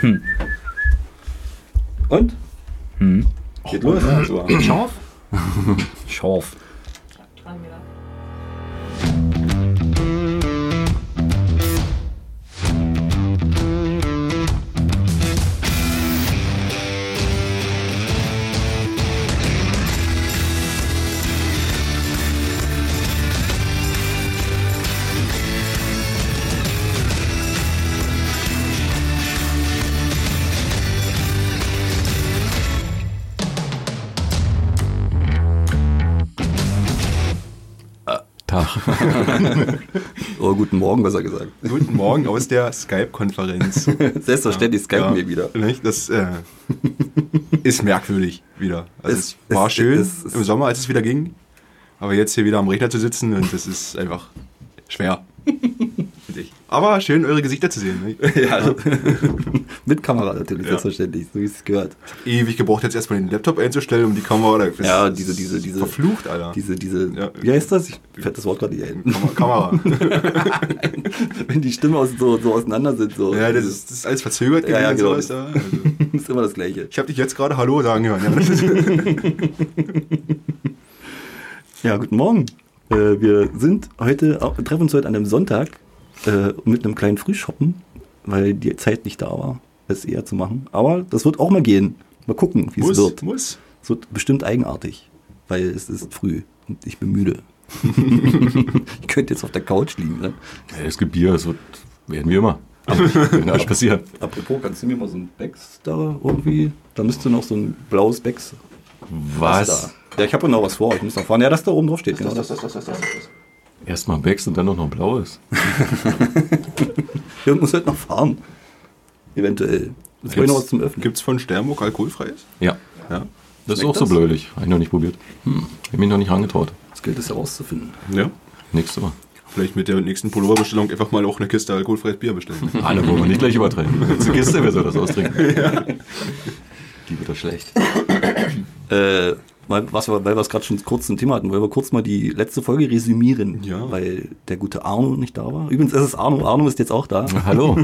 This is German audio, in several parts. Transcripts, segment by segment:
Hm. Und? Hm. Geht los. Also. Scharf? Scharf. Dran gedacht. Tag. Oder Oh, guten Morgen, besser gesagt. Guten Morgen aus der Skype-Konferenz. Selbstverständlich skypen Ja, wir wieder. Nicht? Das äh, ist merkwürdig wieder. Also Es- es, war es- schön es- es- im Sommer, als es wieder ging. Aber jetzt hier wieder am Rechner zu sitzen und das ist einfach schwer. Finde ich. Aber schön, eure Gesichter zu sehen. Nicht? Ja. Mit Kamera natürlich, Ja. selbstverständlich, so wie es gehört. Ewig gebraucht, jetzt erstmal den Laptop einzustellen, um die Kamera. Das Ja, ist diese- diese- diese- Verflucht, Alter. Diese, diese, Ja. wie heißt das? Ich fällt das Wort gerade nicht ein. Kam- Kamera. Wenn die Stimmen aus, so, so auseinander sind, so. ja, das ist, das ist alles verzögert Ja, ja, gewesen, genau. sowas da. Also, ist immer das Gleiche. ich habe dich jetzt gerade Hallo sagen hören. Ja, guten Morgen. Äh, wir sind heute, au- treffen uns heute an einem Sonntag äh, mit einem kleinen Frühschoppen, weil die Zeit nicht da war, es eher zu machen. Aber das wird auch mal gehen. Mal gucken, wie es wird. muss. Es wird bestimmt eigenartig, weil es ist früh und ich bin müde. ich könnte jetzt auf der Couch liegen. Ne? Ja, es gibt Bier, es wird, werden wir immer. Wird alles passieren. Apropos, kannst du mir mal so ein Becks da irgendwie? Da müsste noch so ein blaues Becks. Was? Ja, ich habe noch was vor. Ich muss noch fahren. Ja, das da oben drauf steht. Genau, das, Erstmal Becks und dann noch ein blaues. Jürgen muss heute noch fahren. Eventuell. Jetzt habe ich Gibt's- noch was zum Öffnen. Gibt es von Sternburg alkoholfreies? Ja. Ja. Das ist Schmeckt auch so das? bläulich. Habe ich noch nicht probiert. Hm. Hab mich noch nicht rangetraut. Das gilt es herauszufinden. Ja. Nächste Mal. Vielleicht mit der nächsten Pulloverbestellung einfach mal auch eine Kiste alkoholfreies Bier bestellen. Hm. Alle wollen wir nicht gleich übertreiben. Zur Kiste, wer soll das austrinken? Die wird doch schlecht. Äh, weil, was, wir- weil wir es gerade schon kurz zum Thema hatten, wollen wir kurz mal die letzte Folge resümieren, Ja. weil der gute Arno nicht da war. Übrigens ist es Arno, Arno ist jetzt auch da. Hallo.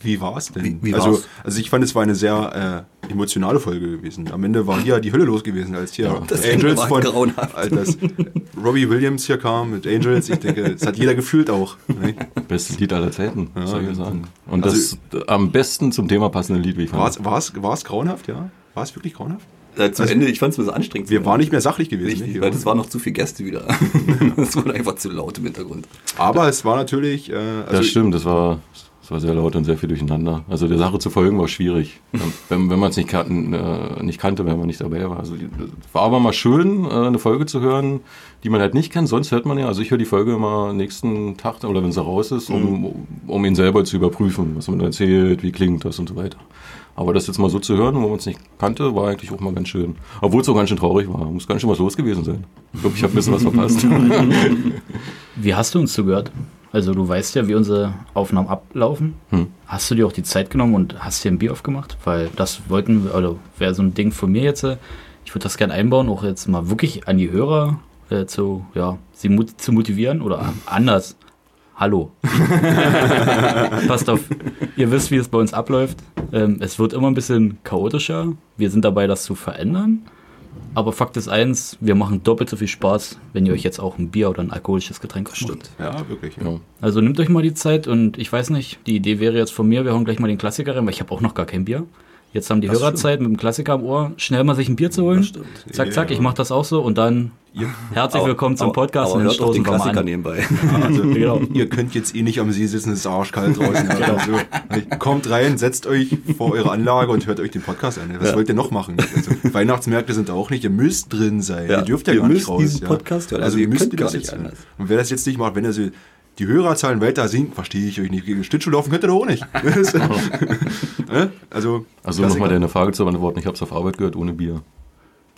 Wie war es denn? Wie- wie also, war's? also ich fand, es war eine sehr äh, emotionale Folge gewesen. Am Ende war hier die Hölle los gewesen, als hier das war grauenhaft. als das Robbie Williams hier kam mit Angels. Ich denke, das hat jeder gefühlt auch. Ne? Bestes Lied aller Zeiten, soll ich mal sagen. Und Also- das am besten zum Thema passende Lied, wie ich fand. War es war's, war's grauenhaft, ja? War es wirklich grauenhaft? Äh, zum Also, Ende, ich fand es mir so anstrengend. Wir waren nicht mehr sachlich gewesen. Richtig, ne? weil es waren noch zu viele Gäste wieder. Es wurde einfach zu laut im Hintergrund. Aber es war natürlich. Äh, also das stimmt, das war, das war sehr laut und sehr viel durcheinander. Also der Sache zu folgen war schwierig. wenn wenn man es nicht, kan äh, nicht kannte, wenn man nicht dabei war. Also, die- war aber mal schön, äh, eine Folge zu hören, die man halt nicht kennt. Sonst hört man ja, also ich höre die Folge immer nächsten Tag oder wenn sie raus ist, um, um ihn selber zu überprüfen, was man erzählt, wie klingt das und so weiter. Aber das jetzt mal so zu hören, wo man es nicht kannte, war eigentlich auch mal ganz schön. Obwohl es auch ganz schön traurig war. Muss ganz schön was los gewesen sein. Ich glaube, ich habe ein bisschen was verpasst. Wie hast du uns zugehört? Also du weißt ja, wie unsere Aufnahmen ablaufen. Hm. Hast du dir auch die Zeit genommen und hast dir ein Bier aufgemacht? Weil das wollten wir, also wäre so ein Ding von mir jetzt. äh, Ich würde das gerne einbauen, auch jetzt mal wirklich an die Hörer äh, zu, ja, sie mut zu motivieren oder a- anders. Hallo. Passt auf, ihr wisst, wie es bei uns abläuft. Ähm, es wird immer ein bisschen chaotischer. Wir sind dabei, das zu verändern. Aber Fakt ist eins, wir machen doppelt so viel Spaß, wenn ihr euch jetzt auch ein Bier oder ein alkoholisches Getränk aufmacht. Ja, wirklich. Ja. ja. Also nehmt euch mal die Zeit und ich weiß nicht, die Idee wäre jetzt von mir, wir hauen gleich mal den Klassiker rein, weil ich habe auch noch gar kein Bier. Jetzt haben die Das Hörer stimmt. Zeit mit dem Klassiker am Ohr, schnell mal sich ein Bier zu holen. Zack, zack, Ja. ich mache das auch so und dann herzlich willkommen zum Podcast aber, und aber dann hört auch den stoßen wir mal Klassiker an. Also, nebenbei. Genau. Ihr könnt jetzt eh nicht am See sitzen, es ist arschkalt draußen. Genau. Alter. Also, kommt rein, setzt euch vor eure Anlage und hört euch den Podcast an. Was wollt ihr noch machen? Also, Weihnachtsmärkte sind da auch nicht. Ihr müsst drin sein. Ja, ihr dürft ja ihr gar nicht müsst raus. diesen ja. Podcast hören. Also, ihr müsst könnt gar das nicht jetzt anders. hören. Und wer das jetzt nicht macht, wenn er so die Hörerzahlen weiter sinken, verstehe ich euch nicht. Gegen Schlittschuh laufen könnt ihr doch auch nicht. Ne? also, Also Klassiker. nochmal deine Frage zu beantworten. Ich habe es auf Arbeit gehört ohne Bier.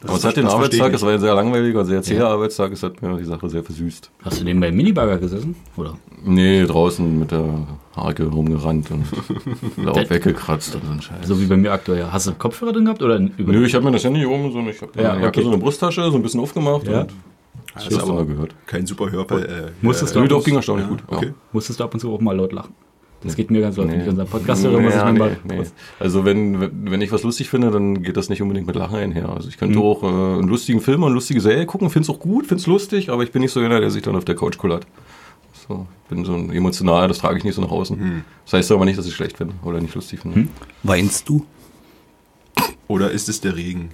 Aber es ver- hat den das verstehe ich Arbeitstag, nicht. es war ein sehr langweiliger, sehr zäher Arbeitstag, es hat mir die Sache sehr versüßt. Hast du neben bei Miniburger gesessen? Oder? Nee, draußen mit der Harke rumgerannt und laut weggekratzt und so ein Scheiß. So wie bei mir aktuell. ja. Hast du Kopfhörer drin gehabt oder in- über Nö, ich habe mir das Handy hier oben so, ich habe Ja, ich hab okay. so eine Brusttasche, so ein bisschen aufgemacht Ja. und Das das ist ist aber aber gehört. kein super Hörper. Äh, Oh, Musstest äh, du- Nö, doch ging erstaunlich gut. okay. musstest du ab und zu auch mal laut lachen? Das geht mir ganz läufig Nee. nicht. Unser Podcast hören, was Ja, ich mir nee, mal. nee. Also wenn, wenn- wenn ich was lustig finde, dann geht das nicht unbedingt mit Lachen einher. Also ich Mhm. könnte auch äh, einen lustigen Film und eine lustige Serie gucken, finde es auch gut, finde es lustig, aber ich bin nicht so einer, der sich dann auf der Couch kullert. So, ich bin so ein emotional, das trage ich nicht so nach außen. Mhm. Das heißt aber nicht, dass ich schlecht bin oder nicht lustig finde. Mhm. Weinst du? Oder ist es der Regen?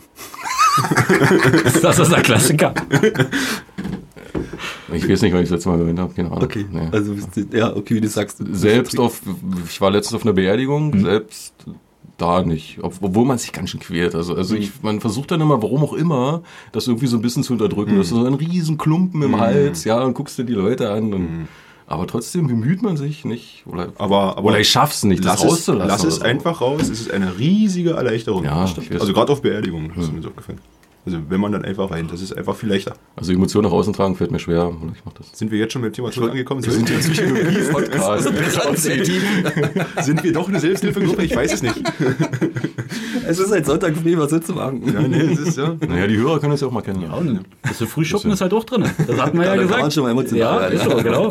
Das ist ein Klassiker. Ich weiß nicht, wann ich das letzte Mal erwähnt habe, keine Ahnung. Okay, Nee. also bist du- ja, okay, wie du sagst. du- selbst auf, Mhm. ich war letztens auf einer Beerdigung, selbst da nicht, Ob- obwohl man sich ganz schön quält. Also, also ich, man versucht dann immer, warum auch immer, das irgendwie so ein bisschen zu unterdrücken. Du hast so einen riesen Klumpen im Hals, ja, und guckst dir die Leute an. Und, Aber trotzdem bemüht man sich nicht. Oder, Aber, aber oder ich schaff's nicht, lass das es, rauszulassen. lass es oder so. einfach raus. Es ist eine riesige Erleichterung. Ja, Stimmt. ich weiß. also gerade auf Beerdigungen das ist mir so gefallen. Also wenn man dann einfach weint, das ist einfach viel leichter. Also Emotionen nach außen tragen fällt mir schwer. Ich mach das. Sind wir jetzt schon mit dem Thema Tod angekommen? Wir sind jetzt Psychologie-Podcast. sind wir doch eine Selbsthilfegruppe? Ich weiß es nicht. Es ist ein Sonntag früh, was willst du machen? Ja, nee, es ist, ja. naja, die Hörer können uns ja auch mal kennenlernen. Das Frühschoppen ist halt auch drin. Das hat man ja Da kann man gesagt. schon mal emotional Ja, werden. ist so, genau.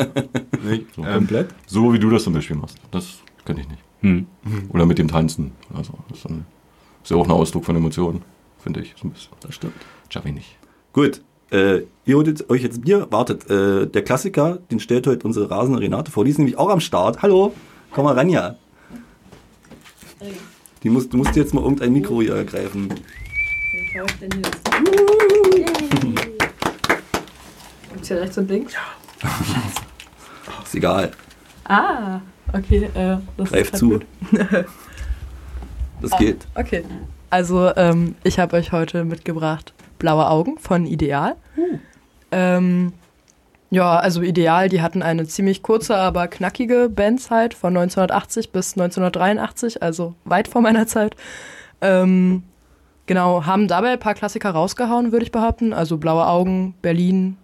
Nee, ähm, Komplett. So wie du das zum Beispiel machst. Das könnte ich nicht. Hm. Oder mit dem Tanzen. Also, das ist, dann, ist ja auch ein Ausdruck von Emotionen, finde ich. So ein bisschen. Das stimmt. Schaff ich nicht. Gut, äh, ihr holt jetzt, euch jetzt ein Bier, wartet. Äh, der Klassiker, den stellt heute unsere rasende Renate vor. Die ist nämlich auch am Start. Hallo, komm mal ran, ja. Die muss, du musst jetzt mal irgendein Mikro hier ergreifen. Wer kauft denn hier das? Gibt's hier rechts und links? Ist egal, Ah, okay. Äh, das greif ist zu. halt gut. Ah, Das geht. Okay. Also, ähm, ich habe euch heute mitgebracht Blaue Augen von Ideal. Ähm, ja, also Ideal, die hatten eine ziemlich kurze, aber knackige Bandzeit von 1980 bis 1983, also weit vor meiner Zeit. Ähm, genau, haben dabei ein paar Klassiker rausgehauen, würde ich behaupten. Also Blaue Augen, Berlin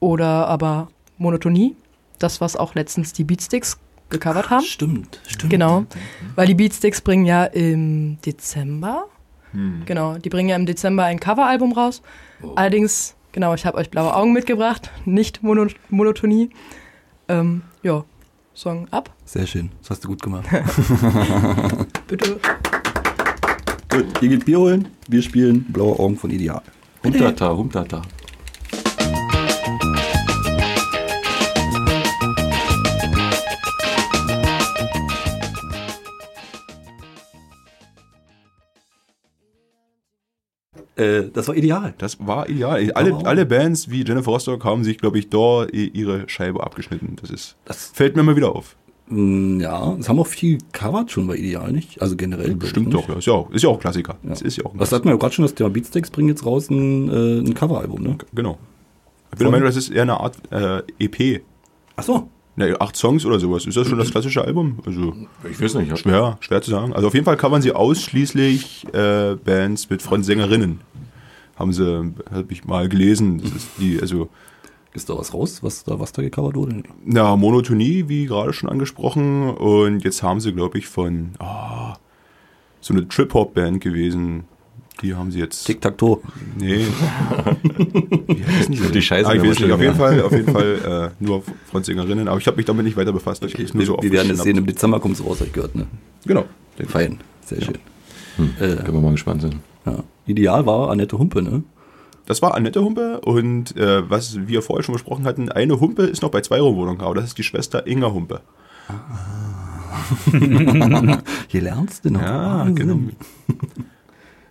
oder aber Monotonie. Das, was auch letztens die Beatsticks gecovert haben. Stimmt, stimmt. Genau, weil die Beatsticks bringen ja im Dezember, genau, die bringen ja im Dezember ein Coveralbum raus. Allerdings, genau, ich habe euch blaue Augen mitgebracht, nicht Mono Monotonie. Ähm, ja, Song ab, Sehr schön, das hast du gut gemacht. bitte. gut, ihr geht Bier holen, wir spielen Blaue Augen von Ideal. Humtata, Humtata. Äh, das war Ideal. das war ideal. Alle, Wow. alle Bands wie Jennifer Rostock haben sich, glaube ich, da i- ihre Scheibe abgeschnitten. Das ist Das, fällt mir mal wieder auf. mh, ja, das haben auch viel covered schon bei Ideal, nicht? Also generell. Bestimmt doch. nicht? Ja. Ist, ja auch, ist ja auch ein Klassiker. Ja. Das ist ja auch ein Das hatten wir ja gerade schon, das Thema Beatsteaks bringt jetzt raus ein, äh, ein Coveralbum, ne? Genau. Ich bin der Meinung, das ist eher eine Art äh, EP. Ach so. Na, acht Songs oder sowas. Ist das schon das klassische Album? Also Ich weiß nicht. Ich schwer, schwer zu sagen. Also auf jeden Fall covern sie ausschließlich äh, Bands mit Frontsängerinnen. Haben sie, habe ich mal gelesen. Das ist die, also Ist da was raus, was da, was da gecovert wurde? Na, Monotonie, wie gerade schon angesprochen. Und jetzt haben sie, glaube ich, von ah, so eine Trip-Hop-Band gewesen. Die haben sie jetzt. Tic-Tac-Toe. Nee. wie heißen die? Die Scheiße ah, ich mir weiß nicht. Auf vorstellen, jeden Fall, auf jeden Fall äh, nur Frontsängerinnen. Aber ich habe mich damit nicht weiter befasst. Ich habe es nur Wir, so wir werden es sehen, aufgeschnappt. im Dezember kommt es raus, hab ich gehört, ne? Genau. Fein, sehr schön. Können wir mal gespannt sein. Ja. Ideal war Annette Humpe, ne? Das war Annette Humpe und äh, was wir vorher schon besprochen hatten, eine Humpe ist noch bei zwei Wohnungen, aber das ist die Schwester Inga Humpe. Hier lernst du noch. Ah, Wahnsinn. genau.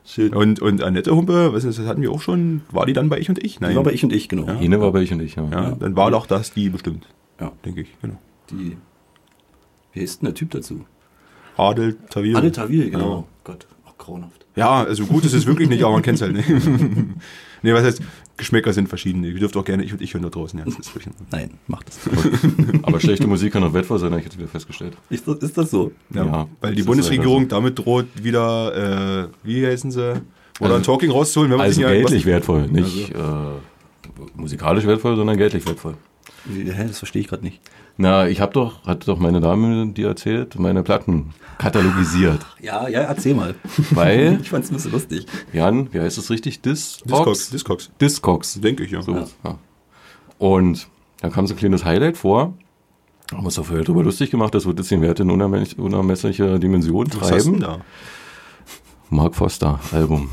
Schön. genau. Und, und Annette Humpe, was ist, das hatten wir auch schon, war die dann bei Ich und Ich? Nein. Die war bei ich und ich, genau. Ja. Ine war bei ich und ich, ja. Ja, dann war doch das die bestimmt. Ja. Denke ich, genau. Die, wer ist denn der Typ dazu? Adel Tavir. Anne Tawil, genau. Gott, auch grauenhaft. Ja, also gut ist es wirklich nicht, aber man kennt es halt nicht. nee, was heißt, Geschmäcker sind verschiedene. Ihr dürft auch gerne ich und ich hören da draußen. Ja, das ist richtig. Nein, mach das. Aber schlechte Musik kann auch wertvoll sein, habe ich jetzt wieder festgestellt. Ist das, ist das so? Ja, Ja, weil die das ist Bundesregierung damit droht, wieder, äh, wie heißen sie, oder Also- Talking rauszuholen, wenn man Also sich geldlich ja wertvoll, nicht Also- äh, musikalisch wertvoll, sondern geldlich wertvoll. Nee, Hä, das verstehe ich gerade nicht. Na, ich habe doch, hat doch meine Dame dir erzählt, meine Platten katalogisiert. Ja, ja, erzähl mal. Weil, Ich fand's ein bisschen lustig. Jan, wie heißt es richtig? Dis Discogs, Discogs, Discogs. denke ich, ja. So, ja. Und da kam so ein kleines Highlight vor. Haben uns doch vorher darüber lustig gemacht, das wird jetzt den Wert in unermess unermessliche Dimensionen Was hast du denn treiben. da? Mark Foster, Album.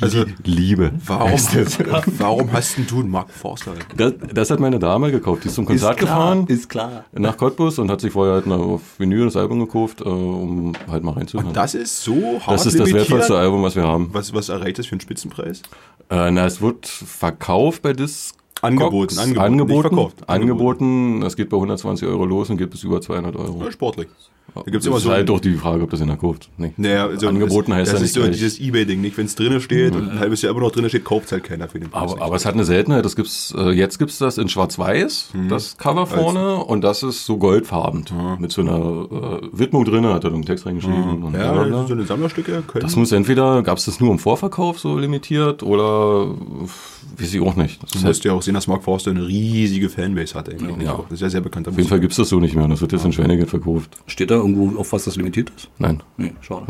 Also, Liebe. warum, warum hast denn du einen Mark Forster? Das, das hat meine Dame gekauft. Die ist zum Konzert gefahren Ist klar. nach Cottbus und hat sich vorher halt eine, auf Vinyl das Album gekauft, äh, um halt mal reinzuhören. Das ist so hart Das ist das limitiert. wertvollste Album, was wir haben. Was, was erreicht das für einen Spitzenpreis? Äh, na, es wird verkauft bei Discogs. Angeboten, angeboten, angeboten, nicht verkauft. Angeboten. Das geht bei 120 Euro los und geht bis über 200 Euro. Ja, sportlich. Da Das gibt's immer ist so. halt doch die Frage, ob das in der kauft. Nee. naja, also Angeboten das, das heißt ja ist nicht so gleich. Mhm. dieses Ebay-Ding, nicht? Wenn es drinnen steht und ein halbes Jahr immer noch drinnen steht, kauft halt keiner für den Preis. Aber, nicht. aber es hat eine Seltenheit. Das gibt's, äh, jetzt gibt's das in Schwarz-Weiß, Mhm. das Cover vorne, und das ist so goldfarben. Mit so einer äh, Widmung drin, hat er einen Text reingeschrieben. Mhm. Und ja, blablabla. so eine Sammlerstücke können. ne? Das muss entweder, gab's das nur im Vorverkauf so limitiert oder äh, weiß ich auch nicht. Das du ist halt, musst ja auch sehen, dass Mark Forster eine riesige Fanbase hat. Eigentlich. Ja. Das ist ja sehr bekannt. auf jeden Fall gibt's das so nicht mehr. Das wird jetzt in Schweinegeld verkauft. Steht da irgendwo auf, was das limitiert ist? Nein. Nee, schade.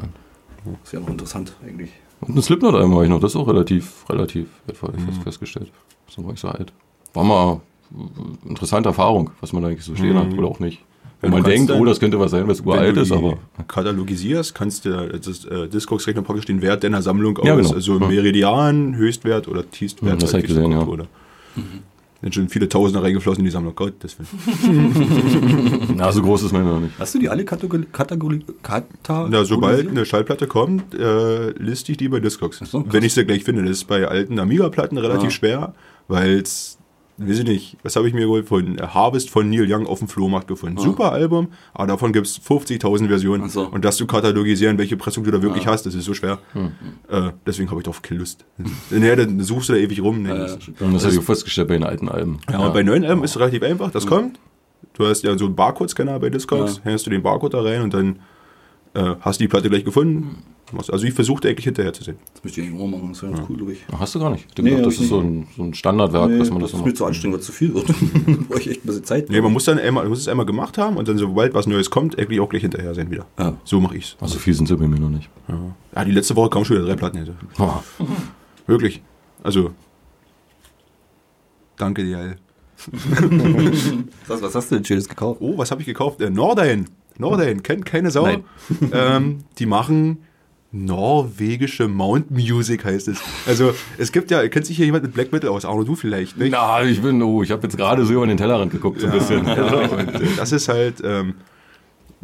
Ist ja noch interessant eigentlich. Und ein Slipknot einmal ich noch, das ist auch relativ, relativ wertvoll, ich hab's festgestellt. So war ich so alt. War mal äh, interessante Erfahrung, was man da eigentlich so stehen hat oder auch nicht. Ja, Wenn du man kannst denkt, dann- oh, das könnte was sein, was Wenn uralt du ist, die aber Katalogisierst, kannst du äh, das äh, Discogs-Rechner praktisch den Wert deiner Sammlung aus, Ja, genau. also Ja. Meridian, Höchstwert oder Tiefstwert. Mhm, das halt hab ich gesehen, geguckt ja. wurde. Sind schon viele Tausende reingeflossen in die Sammlung. Gott, das will. na, so groß ist meine noch nicht. Hast du die alle Kategorie? Kategorie Kategor Na, sobald eine Schallplatte kommt, äh, liste ich die bei Discogs. so, krass. Wenn ich sie gleich finde, das ist bei alten Amiga-Platten relativ Ah. schwer, weil es, weiß ich nicht, was habe ich mir geholt? Von Harvest von Neil Young auf dem Flohmarkt gefunden. Super Album, aber davon gibt es 50.000 Versionen. Ah. Ach so. Ah. Und das zu katalogisieren, welche Pressung du da wirklich hast, das ist so schwer. Hm. Äh, deswegen habe ich darauf keine Lust. naja, dann suchst du da ewig rum. Nee, Äh. das ist- Und das habe ich auch festgestellt bei den alten Alben. ja, Mhm. und bei neuen Alben ist es relativ einfach. Das kommt. Du hast ja so einen Barcode-Scanner bei Discogs, hängst du den Barcode da rein und dann äh, hast du die Platte gleich gefunden. Machst- Also ich versuchte eigentlich hinterher zu sehen. Das müsste ich irgendwo machen, das wäre ganz cool, glaube ich. Ach, Hast du gar nicht. Ich hab Nee, gedacht, hab das ich ist so ein, so ein Standardwerk, dass man das das ist so macht. mir zu anstrengend, weil es zu viel wird. da brauche ich echt ein bisschen Zeit. Nee, man muss dann einmal, muss es einmal gemacht haben und dann, sobald was Neues kommt, eigentlich auch gleich hinterher sein wieder. Ah. So mache ich's. Also viel sind sie bei mir noch nicht. Ja, die letzte Woche kamen schon wieder drei Platten hinter. Ah, Wirklich. Also. Danke dir, ey. was, was hast du denn Schönes gekauft? Oh, was habe ich gekauft? Äh, Nordane. Nordane, kennt keine Sau. Nein. ähm, die machen norwegische Mount Music, heißt es. Also, es gibt ja, kennt sich hier jemand mit Black Metal aus? Arno, du vielleicht, nicht? Na, ich bin, oh, ich habe jetzt gerade so über den Tellerrand geguckt, so ein bisschen. Ja, und äh, das ist halt, ähm,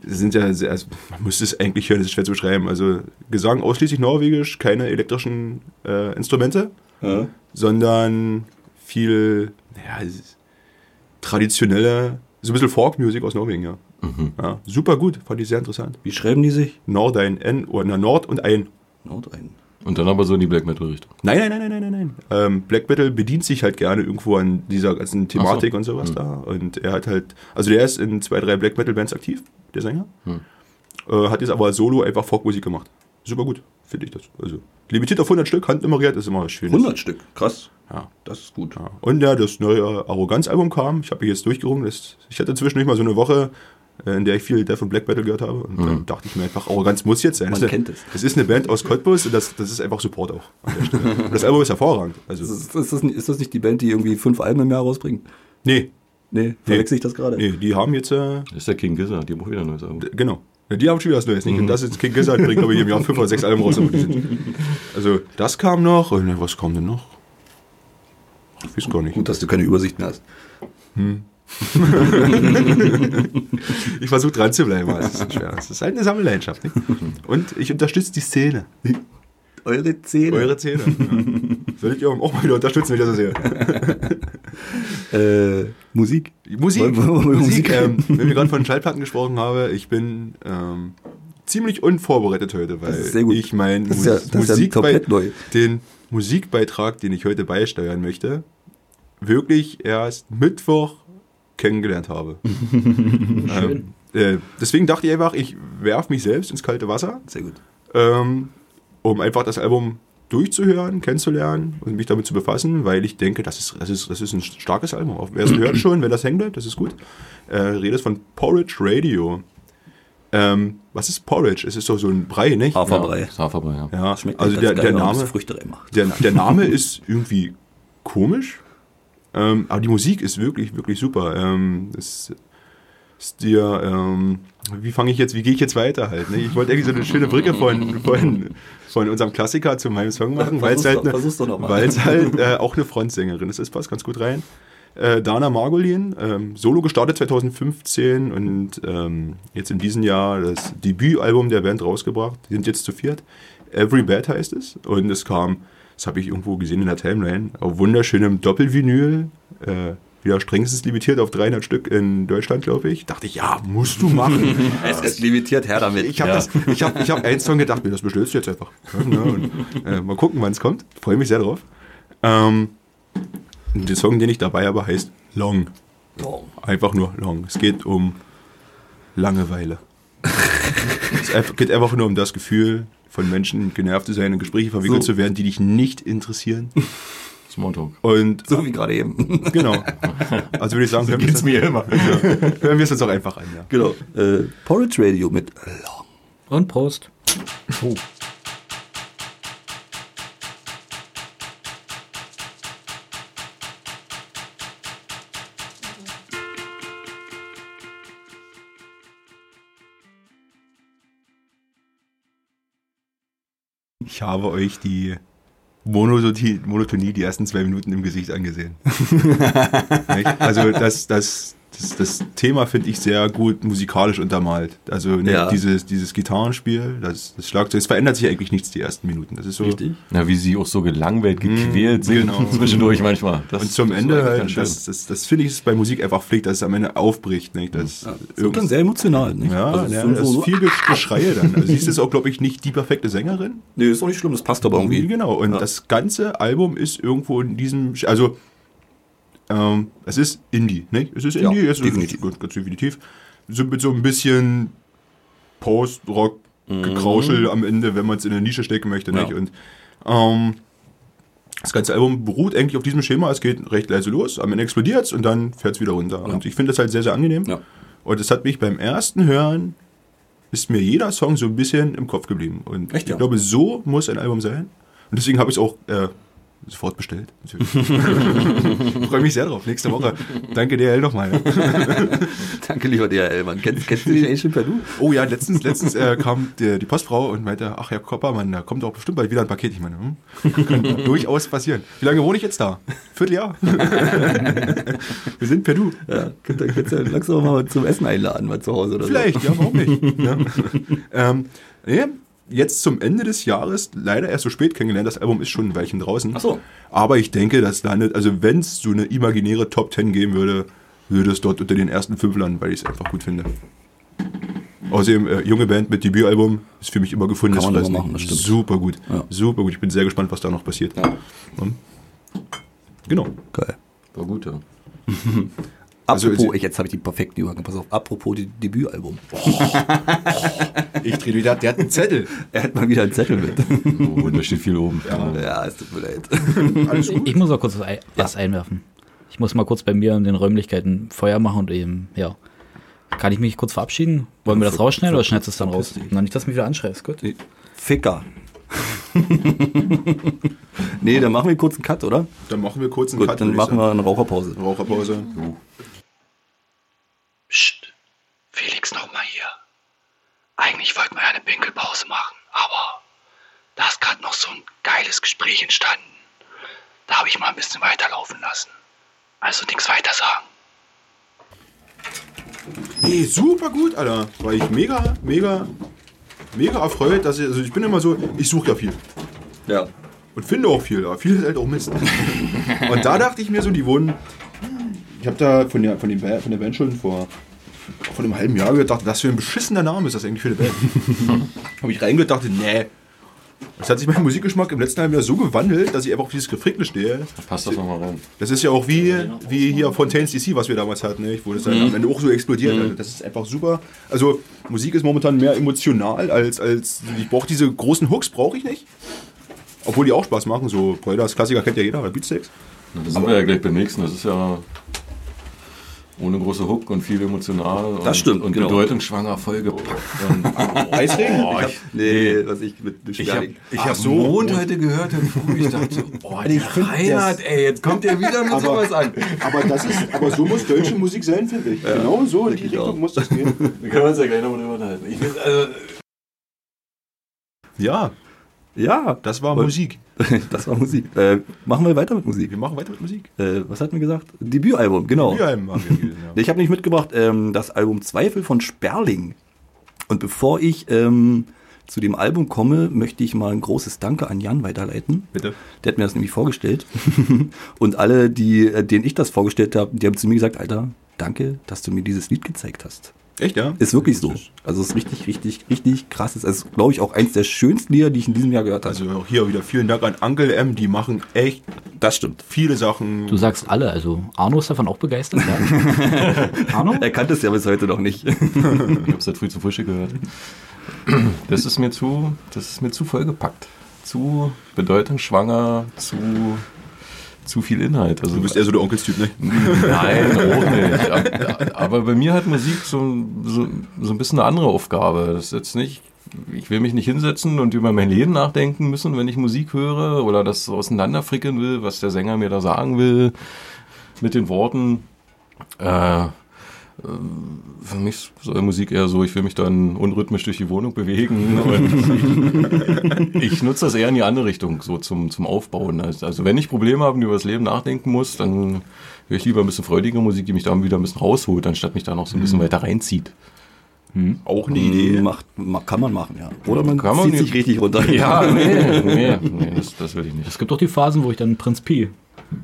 das sind ja, sehr, also, man müsste es eigentlich hören, das ist schwer zu beschreiben. Also, Gesang ausschließlich norwegisch, keine elektrischen äh, Instrumente, Ja. sondern viel, naja, es ist traditionelle, so ein bisschen Folk-Music aus Norwegen, ja. ja. Super gut, fand ich sehr interessant. Wie schreiben die sich? Nordein, N, oder na, Nord und ein. Nord ein. Und dann aber so in die Black Metal-Richtung. Nein, nein, nein, nein, nein, nein, nein. Ähm, Black Metal bedient sich halt gerne irgendwo an dieser ganzen Thematik und sowas da. Und er hat halt, also der ist in zwei, drei Black Metal Bands aktiv, der Sänger. Äh, hat jetzt aber solo einfach Folkmusik gemacht. Super gut, finde ich das. Also limitiert auf 100 Stück, handnummeriert, ist immer schön. 100 Stück, krass. Ja. Das ist gut. Ja. Und ja, das neue Arroganz-Album kam. Ich habe mich jetzt durchgerungen. Das, ich hatte zwischendurch mal so eine Woche, äh, in der ich viel Death und Black Metal gehört habe. Und dann dachte ich mir einfach, Arroganz muss jetzt sein. Mhm. Man das ist kennt eine, es. Das ist eine Band aus Cottbus und das, das ist einfach Support auch. An der Stelle. Und das Album ist hervorragend. Also, Ist, ist, das, nicht- ist das nicht die Band, die irgendwie fünf Alben im Jahr rausbringt? nee, Nee, verwechsel ich das gerade? nee, die haben jetzt, äh, Das ist der King Gizzard, die haben auch wieder ein neues Album. genau. Ja, Die haben schon wieder was Neues nicht. Mhm. Und das ist King Gizzard, bringt, glaube ich, im Jahr fünf oder sechs Alben raus. aber die sind- Also, das kam noch. Und äh, was kam denn noch? Ich weiß gar nicht. Gut, dass du keine Übersicht mehr hast. Ich versuche dran zu bleiben, aber es ist schwer. Es ist halt eine Sammelleidenschaft. Nicht? Und ich unterstütze die Szene. Eure Zähne. Eure Zähne. Ja. Würdet ihr auch mal wieder unterstützen, wenn ich das so sehe. Äh, Musik. Musik. Wollen wir- wollen wir Musik. Musik? Ähm, wenn wir gerade von Schallplatten gesprochen haben, ich bin ähm, ziemlich unvorbereitet heute, weil Das ist sehr gut. ich meinen Das ist ja- das ist ja komplett neu. den Musikbeitrag, den ich heute beisteuern möchte, wirklich erst Mittwoch kennengelernt habe. ähm, äh, deswegen dachte ich einfach, ich werfe mich selbst ins kalte Wasser. Sehr gut. ähm, um einfach das Album durchzuhören, kennenzulernen und mich damit zu befassen, weil ich denke, das ist, das ist, das ist ein starkes Album. Auf- Wer es hört schon, wenn das hängen bleibt, das ist gut. Äh, redest von Porridge Radio. Ähm, was ist Porridge? Es ist doch so ein Brei, nicht? Haferbrei. Ja, das Haferbrei, ja. Ja, Ah, Schmeckt also ganz der, geil, der, wenn man ein bisschen Name, Früchte reinmacht. der, der Name ist irgendwie komisch, ähm, aber die Musik ist wirklich, wirklich super. Ähm, es ist dir, ähm, wie fange ich jetzt, wie gehe ich jetzt weiter halt? Ne? Ich wollte eigentlich so eine schöne Brücke von, von, von unserem Klassiker zu meinem Song machen, weil es Versuch's halt, doch- ne- versuch's doch noch mal. weil es halt äh, auch eine Frontsängerin ist. Das passt ganz gut rein. Äh, Dana Margolin, ähm, Solo gestartet 2015 und ähm, jetzt in diesem Jahr das Debütalbum der Band rausgebracht. Die sind jetzt zu viert. Every Bad heißt es. Und es kam, das habe ich irgendwo gesehen in der Timeline, auf wunderschönem Doppelvinyl. Äh, wieder strengstens limitiert auf 300 Stück in Deutschland, glaube ich. Dachte ich, ja, musst du machen. Es ist limitiert, her damit. Ich habe das, ich hab, ich hab einen Song gedacht, mir, das bestellst du jetzt einfach. Ja, und, äh, mal gucken, wann es kommt. Freue mich sehr drauf. Ähm, der Song, den ich dabei habe, heißt Long. Einfach nur Long. Es geht um Langeweile. es einfach- geht einfach nur um das Gefühl, von Menschen genervt zu sein, in Gespräche verwickelt So. zu werden, die dich nicht interessieren. Smalltalk. Und So wie gerade eben. genau. Also würde ich sagen, hören wir es mir immer. hören wir es uns auch einfach an. Ja. genau. Äh, Porridge Radio mit Long. Und Prost. Ich habe euch die Monotonie, Monotonie die ersten zwei Minuten im Gesicht angesehen. Nicht? also das, das, das, das Thema finde ich sehr gut musikalisch untermalt. Also ne, Ja. dieses, dieses Gitarrenspiel, das, das Schlagzeug, es verändert sich eigentlich nichts die ersten Minuten. Das ist so. Na, wie sie auch so gelangweilt, gequält sind genau. zwischendurch manchmal. Das, Und zum das ist Ende, eigentlich ganz halt, schön. das, das, das finde ich ist bei Musik einfach Pflicht, dass es am Ende aufbricht. Nicht? Dass Das wird dann sehr emotional, nicht? ja, Also es ja sind das so- ist viel Gesch- Geschreie dann. Also sie ist jetzt auch, glaube ich, nicht die perfekte Sängerin, Nee, ist auch nicht schlimm, das passt aber irgendwie. Genau, und Ja. das ganze Album ist irgendwo in diesem, Sch- also ähm, es ist Indie, ne? Es ist Ja, Indie, es definitiv. ist ganz, ganz definitiv. So mit so ein bisschen Post-Rock gekrauschel am Ende, wenn man es in eine Nische stecken möchte, nicht? Mhm. Ja. Und ähm, das ganze Album beruht eigentlich auf diesem Schema, es geht recht leise los, am Ende explodiert es und dann fährt es wieder runter. Und ich finde das halt sehr, sehr angenehm. Ja. Und es hat mich beim ersten Hören, ist mir jeder Song so ein bisschen im Kopf geblieben. Und Echt, ja? ich glaube, so muss ein Album sein. Und deswegen habe ich es auch äh, sofort bestellt. Natürlich. Freue mich sehr drauf. Nächste Woche. Danke DL nochmal. Danke, lieber DHL, Mann. Kennst, kennst du den eigentlich schon per Du? Oh ja, letztens, letztens äh, kam der, die Postfrau und meinte, ach Herr Koppermann, da kommt doch bestimmt bald wieder ein Paket. Ich meine, hm, kann durchaus passieren. Wie lange wohne ich jetzt da? Vierteljahr. Wir sind per Du. Ja, könnt ihr könnt ihr langsam mal zum Essen einladen, mal zu Hause oder Vielleicht, ja, warum nicht? ja. Ähm, nee, jetzt zum Ende des Jahres leider erst so spät kennengelernt. Das Album ist schon ein Weilchen draußen. Ach so. Aber ich denke, das landet, also wenn es so eine imaginäre Top 10 geben würde, würde es dort unter den ersten fünf landen, weil ich es einfach gut finde. Außerdem, äh, junge Band mit Debütalbum ist für mich immer gefunden. Kann man immer machen, das stimmt. Super gut. Ja. Super gut. Ich bin sehr gespannt, was da noch passiert. Ja. Und- Genau. so. Geil. War gut, ja. Also, Apropos, sie- ich, jetzt habe ich die perfekten Übergang, pass auf. Apropos die Debütalbum. Ich drehe wieder, der hat einen Zettel. Er hat mal wieder einen Zettel mit. Oh, da steht viel oben. Ja. ja, es tut mir leid. Alles gut. Ich muss auch kurz was, ein, was einwerfen. Ich muss mal kurz bei mir in den Räumlichkeiten Feuer machen und eben, ja. Kann ich mich kurz verabschieden? Wollen wir das rausschneiden oder schneidest du es dann raus? Na, nicht, dass du mich wieder anschreibst, gut. Ficker. nee, dann machen wir kurz einen Cut, oder? Dann machen wir kurz einen Gut, Cut. dann würde ich machen sagen. wir eine Raucherpause. Raucherpause. Psst, Felix nochmal hier. Eigentlich wollten wir ja eine Pinkelpause machen, aber da ist gerade noch so ein geiles Gespräch entstanden. Da habe ich mal ein bisschen weiterlaufen lassen. Also nichts weiter sagen. Ey, super gut, Alter. War ich mega, mega, mega erfreut, dass ich, also ich bin immer so, ich suche ja viel. Ja. Und finde auch viel, aber viel ist halt auch Mist. und da dachte ich mir so, die wohnen, ich habe da von der, von, den, Ba- von der Band schon vor, vor einem halben Jahr gedacht, was für ein beschissener Name ist das eigentlich für eine Band. habe ich reingedacht, nee. Es hat sich mein Musikgeschmack im letzten halben Jahr so gewandelt, dass ich einfach auf dieses Gefrickle stehe. Passt das nochmal rein. Das ist ja auch wie, wie hier Fontaine's DC, was wir damals hatten, ne? Ich wo das Mhm. dann am Ende auch so explodiert. Also das ist einfach super. Also Musik ist momentan mehr emotional als, als ich brauche diese großen Hooks, brauche ich nicht. Obwohl die auch Spaß machen, so Broilers Klassiker kennt ja jeder, oder Beatsteaks. Da sind wir ja gleich beim nächsten. Das ist ja Ohne große Hook und viel emotional. Das und, stimmt, Und genau. bedeutungsschwanger vollgepackt. Und, Eisregen? Oh, ich ich hab, nee, was ich mit dem ich habe Schwerling. ich hab Mond heute gehört im Flug. Ich dachte, so, boah, Ich der find Reinhard, das- ey, jetzt kommt der wieder mit Aber- sowas an. Aber, das ist, aber so muss deutsche Musik sein, finde ich. genau so, in die ich auch. Richtung muss das gehen. Wir können uns ja gleich nochmal drüber unterhalten. Ich will, also, Ja, Ja, das war Und- Musik. das war Musik. Äh, machen wir weiter mit Musik. Wir machen weiter mit Musik. Äh, was hatten wir gesagt? Debütalbum, genau. Ja, haben wir gelesen, ja. Ich habe nicht mitgebracht ähm, das Album Zweifel von Sperling. Und bevor ich ähm, zu dem Album komme, möchte ich mal ein großes Danke an Jan weiterleiten. Bitte. Der hat mir das nämlich vorgestellt. Und alle, die, äh, denen ich das vorgestellt habe, die haben zu mir gesagt, Alter, danke, dass du mir dieses Lied gezeigt hast. Echt, ja? Ist wirklich so. Also es ist richtig, richtig, richtig krass. Es ist, glaube ich, auch eins der schönsten Lieder, die ich in diesem Jahr gehört habe. Also auch hier wieder vielen Dank an Uncle M. Die machen echt das stimmt. viele Sachen. Du sagst alle, also Arno ist davon auch begeistert. Ja? Arno? Er kannte es ja bis heute noch nicht. Ich habe seit früh zu Frühstück gehört. Das ist mir zu, das ist mir zu vollgepackt. Zu bedeutungsschwanger, zu, zu viel Inhalt. Also, Du bist eher so der Onkelstyp, ne? Nein, auch nicht. Aber- Aber bei mir hat Musik so, so, so ein bisschen eine andere Aufgabe. Das ist jetzt nicht, ich will mich nicht hinsetzen und über mein Leben nachdenken müssen, wenn ich Musik höre oder das so auseinanderfrickeln will, was der Sänger mir da sagen will mit den Worten. Äh, äh, für mich soll Musik eher so, ich will mich dann unrhythmisch durch die Wohnung bewegen und ich nutze das eher in die andere Richtung, so zum, zum Aufbauen. Also also wenn ich Probleme habe und über das Leben nachdenken muss, dann höre ich lieber ein bisschen freudige Musik, die mich da wieder ein bisschen rausholt, anstatt mich da noch so ein bisschen weiter reinzieht. Auch eine Idee. Macht, ma- kann man machen, ja. Oder man, Kann man zieht nicht. sich richtig runter. Ja, nee, nee, nee das, das will ich nicht. Es gibt doch die Phasen, wo ich dann Prinz Pi.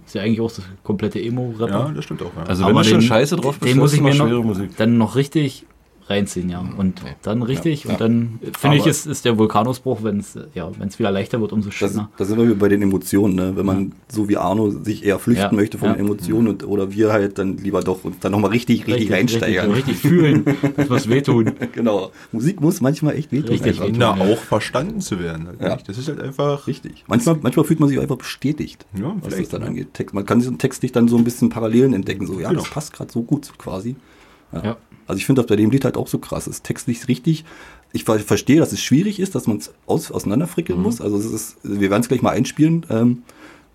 Ist ja eigentlich auch das komplette Ja, Emo-Rapper. das stimmt auch. Ja. Also wenn du schon scheiße drauf bist, den muss hörst ich du noch mir schwere noch, Musik. dann noch richtig reinziehen, ja. Und dann richtig und dann äh, finde ich, Aber- ist, ist der Vulkanausbruch, wenn es äh, ja, wenn's wieder leichter wird, umso Das, schöner. da sind wir wieder bei den Emotionen, ne? wenn man so wie Arno sich eher flüchten Ja, möchte von ja. Mhm. Emotionen und, oder wir halt dann lieber doch uns dann nochmal richtig, richtig, reinsteigern. Richtig, richtig fühlen. Das muss wehtun. Genau. Musik muss manchmal echt wehtun. Richtig. einfach. Na, auch verstanden zu werden. Ja. Das ist halt einfach. richtig. Manchmal, manchmal fühlt man sich einfach bestätigt, Ja, was das vielleicht, ne? dann ja. angeht. Text, man kann diesen Text nicht dann so ein bisschen Parallelen entdecken, so ja, das Genau. passt gerade so gut quasi. Ja. Ja. Also ich finde das bei dem Lied halt auch so krass. Es ist textlich richtig. Ich ver- verstehe, dass es schwierig ist, dass man es aus, auseinanderfrickeln muss. Also es ist, wir werden es gleich mal einspielen. Ähm,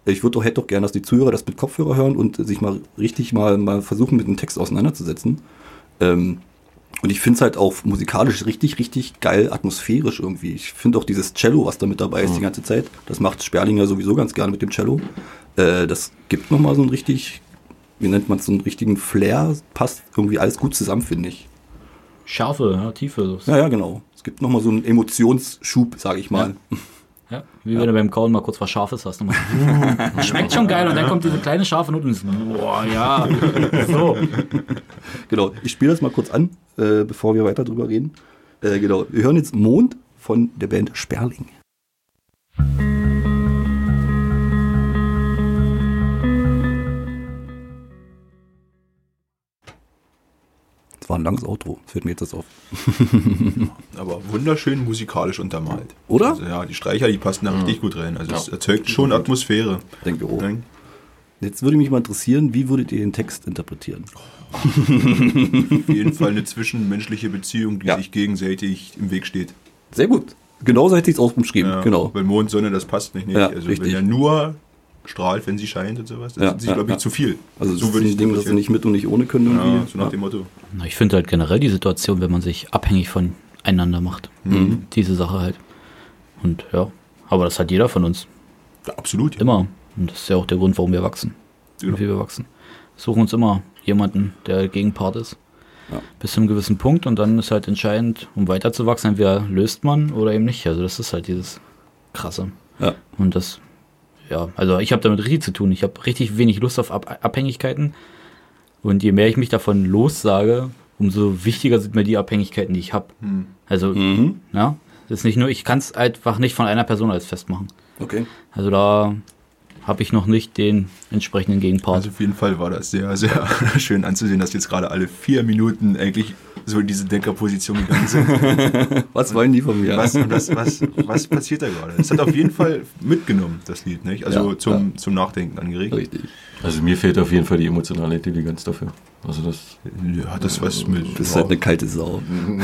ich würde doch, hätte doch gerne, dass die Zuhörer das mit Kopfhörer hören und sich mal richtig mal, mal versuchen, mit dem Text auseinanderzusetzen. Ähm, und ich finde es halt auch musikalisch richtig, richtig geil, atmosphärisch irgendwie. Ich finde auch dieses Cello, was da mit dabei ist die ganze Zeit, das macht Sperlinger sowieso ganz gerne mit dem Cello. Äh, das gibt nochmal so einen richtig, wie nennt man es, so einen richtigen Flair. Passt irgendwie alles gut zusammen, finde ich. Schärfe, ja, Tiefe. Ja, ja, genau. Es gibt nochmal so einen Emotionsschub, sage ich mal. Ja, wie wenn du beim Kauen mal kurz was Scharfes hast. nochmal. Schmeckt schon geil und dann kommt diese kleine scharfe Note und du denkst, boah, ja. So. Genau. Ich spiele das mal kurz an, äh, bevor wir weiter drüber reden. Äh, genau. Wir hören jetzt Mond von der Band Sperling. Das war ein langes Outro. Das fällt mir jetzt das auf. Aber wunderschön musikalisch untermalt. Oder? Also, ja, die Streicher, die passen da richtig gut rein. Also, es erzeugt schon Atmosphäre. Denke auch. Nein. Jetzt würde mich mal interessieren, wie würdet ihr den Text interpretieren? Auf jeden Fall eine zwischenmenschliche Beziehung, die Ja. sich gegenseitig im Weg steht. Sehr gut. Genauso hätte ich es ausgeschrieben. Ja, genau. Weil Mond, Sonne, das passt nicht. nicht. Ja, also, richtig. wenn er nur strahlt, wenn sie scheint und sowas, das Ja, ist, ja, glaube ich, ja. zu viel. Also so so das würde ist ich ein Ding, dass das du nicht mit und nicht ohne können. Irgendwie. Ja, so nach dem Motto. Na, ich finde halt generell die Situation, wenn man sich abhängig voneinander macht. Diese Sache halt. Und ja, aber das hat jeder von uns. Ja, absolut. Ja. Immer. Und das ist ja auch der Grund, warum wir wachsen. Genau. Wie wir wachsen. Suchen uns immer jemanden, der Gegenpart ist. Bis zu einem gewissen Punkt und dann ist halt entscheidend, um weiterzuwachsen, entweder löst man oder eben nicht. Also das ist halt dieses krasse. Ja. Und das, ja, also ich habe damit richtig zu tun. Ich habe richtig wenig Lust auf Ab Abhängigkeiten. Und je mehr ich mich davon lossage, umso wichtiger sind mir die Abhängigkeiten, die ich habe. Also, Hm. Mhm. ja, das ist nicht nur, ich kann es einfach nicht von einer Person als festmachen. Okay. Also da habe ich noch nicht den entsprechenden Gegenpart. Also auf jeden Fall war das sehr, sehr schön anzusehen, dass jetzt gerade alle vier Minuten eigentlich so in diese Denkerposition gegangen sind. Was wollen die von mir? Was, was, was, was passiert da gerade? Es hat auf jeden Fall mitgenommen, das Lied, nicht? Also Ja, zum, zum Nachdenken angeregt. Richtig. Also mir fehlt auf jeden Fall die emotionale Intelligenz dafür. Also das. Ja, das was mit. Das ist halt eine kalte Sau. Mhm.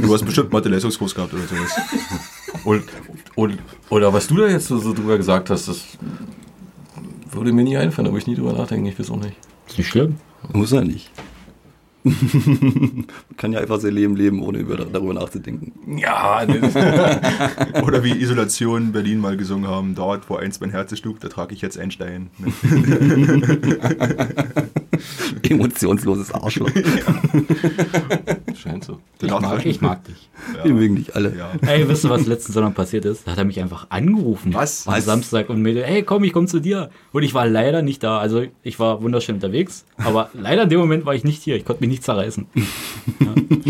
du hast bestimmt Mathe-Leistungskurs gehabt oder sowas. Und, und, oder was du da jetzt so, so drüber gesagt hast, das würde mir nie einfallen, da würde ich nie drüber nachdenken, ich weiß auch nicht. Ist nicht schlimm. Muss er nicht. Kann ja einfach sein Leben leben, ohne über, darüber nachzudenken. Ja, ne, Oder wie Isolation Berlin mal gesungen haben, dort, wo einst mein Herz schlug, da trage ich jetzt einen Stein. Ne? Emotionsloses Arschloch. scheint so. Ich Genau, mag, ich mag dich. Wir mögen dich alle. Ja. Ey, wisst ihr, was letzten Sonntag passiert ist? Da hat er mich einfach angerufen. Was? Am Was? Samstag und meinte, hey, komm, ich komm zu dir. Und ich war leider nicht da. Also, ich war wunderschön unterwegs, aber leider in dem Moment war ich nicht hier. Ich konnte mich nicht zerreißen.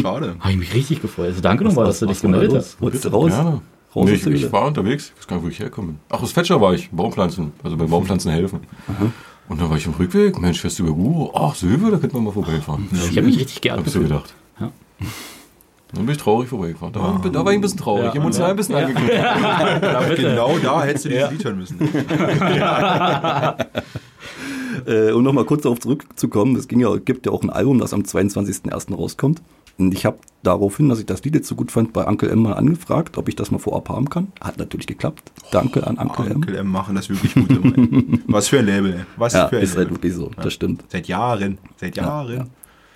Schade. Habe ich mich richtig gefreut. Also, danke nochmal, dass du dich war da gemeldet los? hast. Holst du raus? Ja. Raus Nee, aus ich, der Höhle. ich war unterwegs, ich weiß gar nicht, wo ich herkomme. Ach, aus Fetscher war ich, Baumpflanzen, also bei Baumpflanzen helfen. Und dann war ich im Rückweg, Mensch, fährst du über Guru? Ach, Silve, da könnte man mal vorbeifahren. Ja. Ich habe mich richtig geärgert. Hab ich so gedacht. Ja. Dann bin ich traurig vorbeigefahren. Da war, ich- da war ich ein bisschen traurig, Ja. emotional ein bisschen angegriffen. Genau da hättest du dieses Lied hören müssen. Äh, um nochmal kurz darauf zurückzukommen, es ging ja, gibt ja auch ein Album, das am 22.01. rauskommt. Und ich habe daraufhin, dass ich das Lied jetzt so gut fand, bei Uncle M mal angefragt, ob ich das mal vorab haben kann. Hat natürlich geklappt. Danke an Uncle M. Onkel M machen das wirklich gut. Mann. Was für ein Label, ey. Was Ja, für ein ist halt Label. wirklich so, das stimmt. Seit Jahren. Seit Jahren.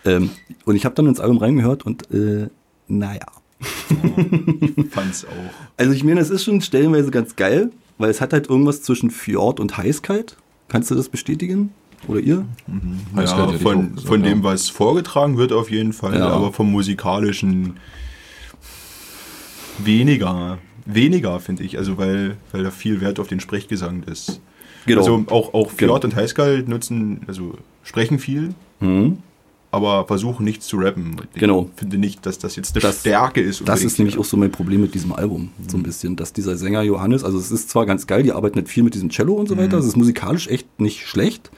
Ähm, und ich habe dann ins Album reingehört und äh, naja. Fand's auch. Also ich meine, es ist schon stellenweise ganz geil, weil es hat halt irgendwas zwischen Fjord und Heißkalt. Kannst du das bestätigen? Oder ihr? Das Ja, hätte ich auch von, gesagt, von ja. dem, was vorgetragen wird, auf jeden Fall. Ja. Aber vom musikalischen weniger. Weniger, finde ich. Also, weil, weil da viel Wert auf den Sprechgesang ist. Genau. Also, auch, auch Fjord und Heißkalt nutzen, also sprechen viel, Hm? aber versuchen nichts zu rappen. Und Ich Genau. finde nicht, dass das jetzt eine Das- Stärke ist. Das ist nämlich unbedingt. auch so mein Problem mit diesem Album, so Mhm. ein bisschen, dass dieser Sänger Johannes, also es ist zwar ganz geil, die arbeiten nicht viel mit diesem Cello und so Mhm. weiter, es ist musikalisch echt nicht schlecht,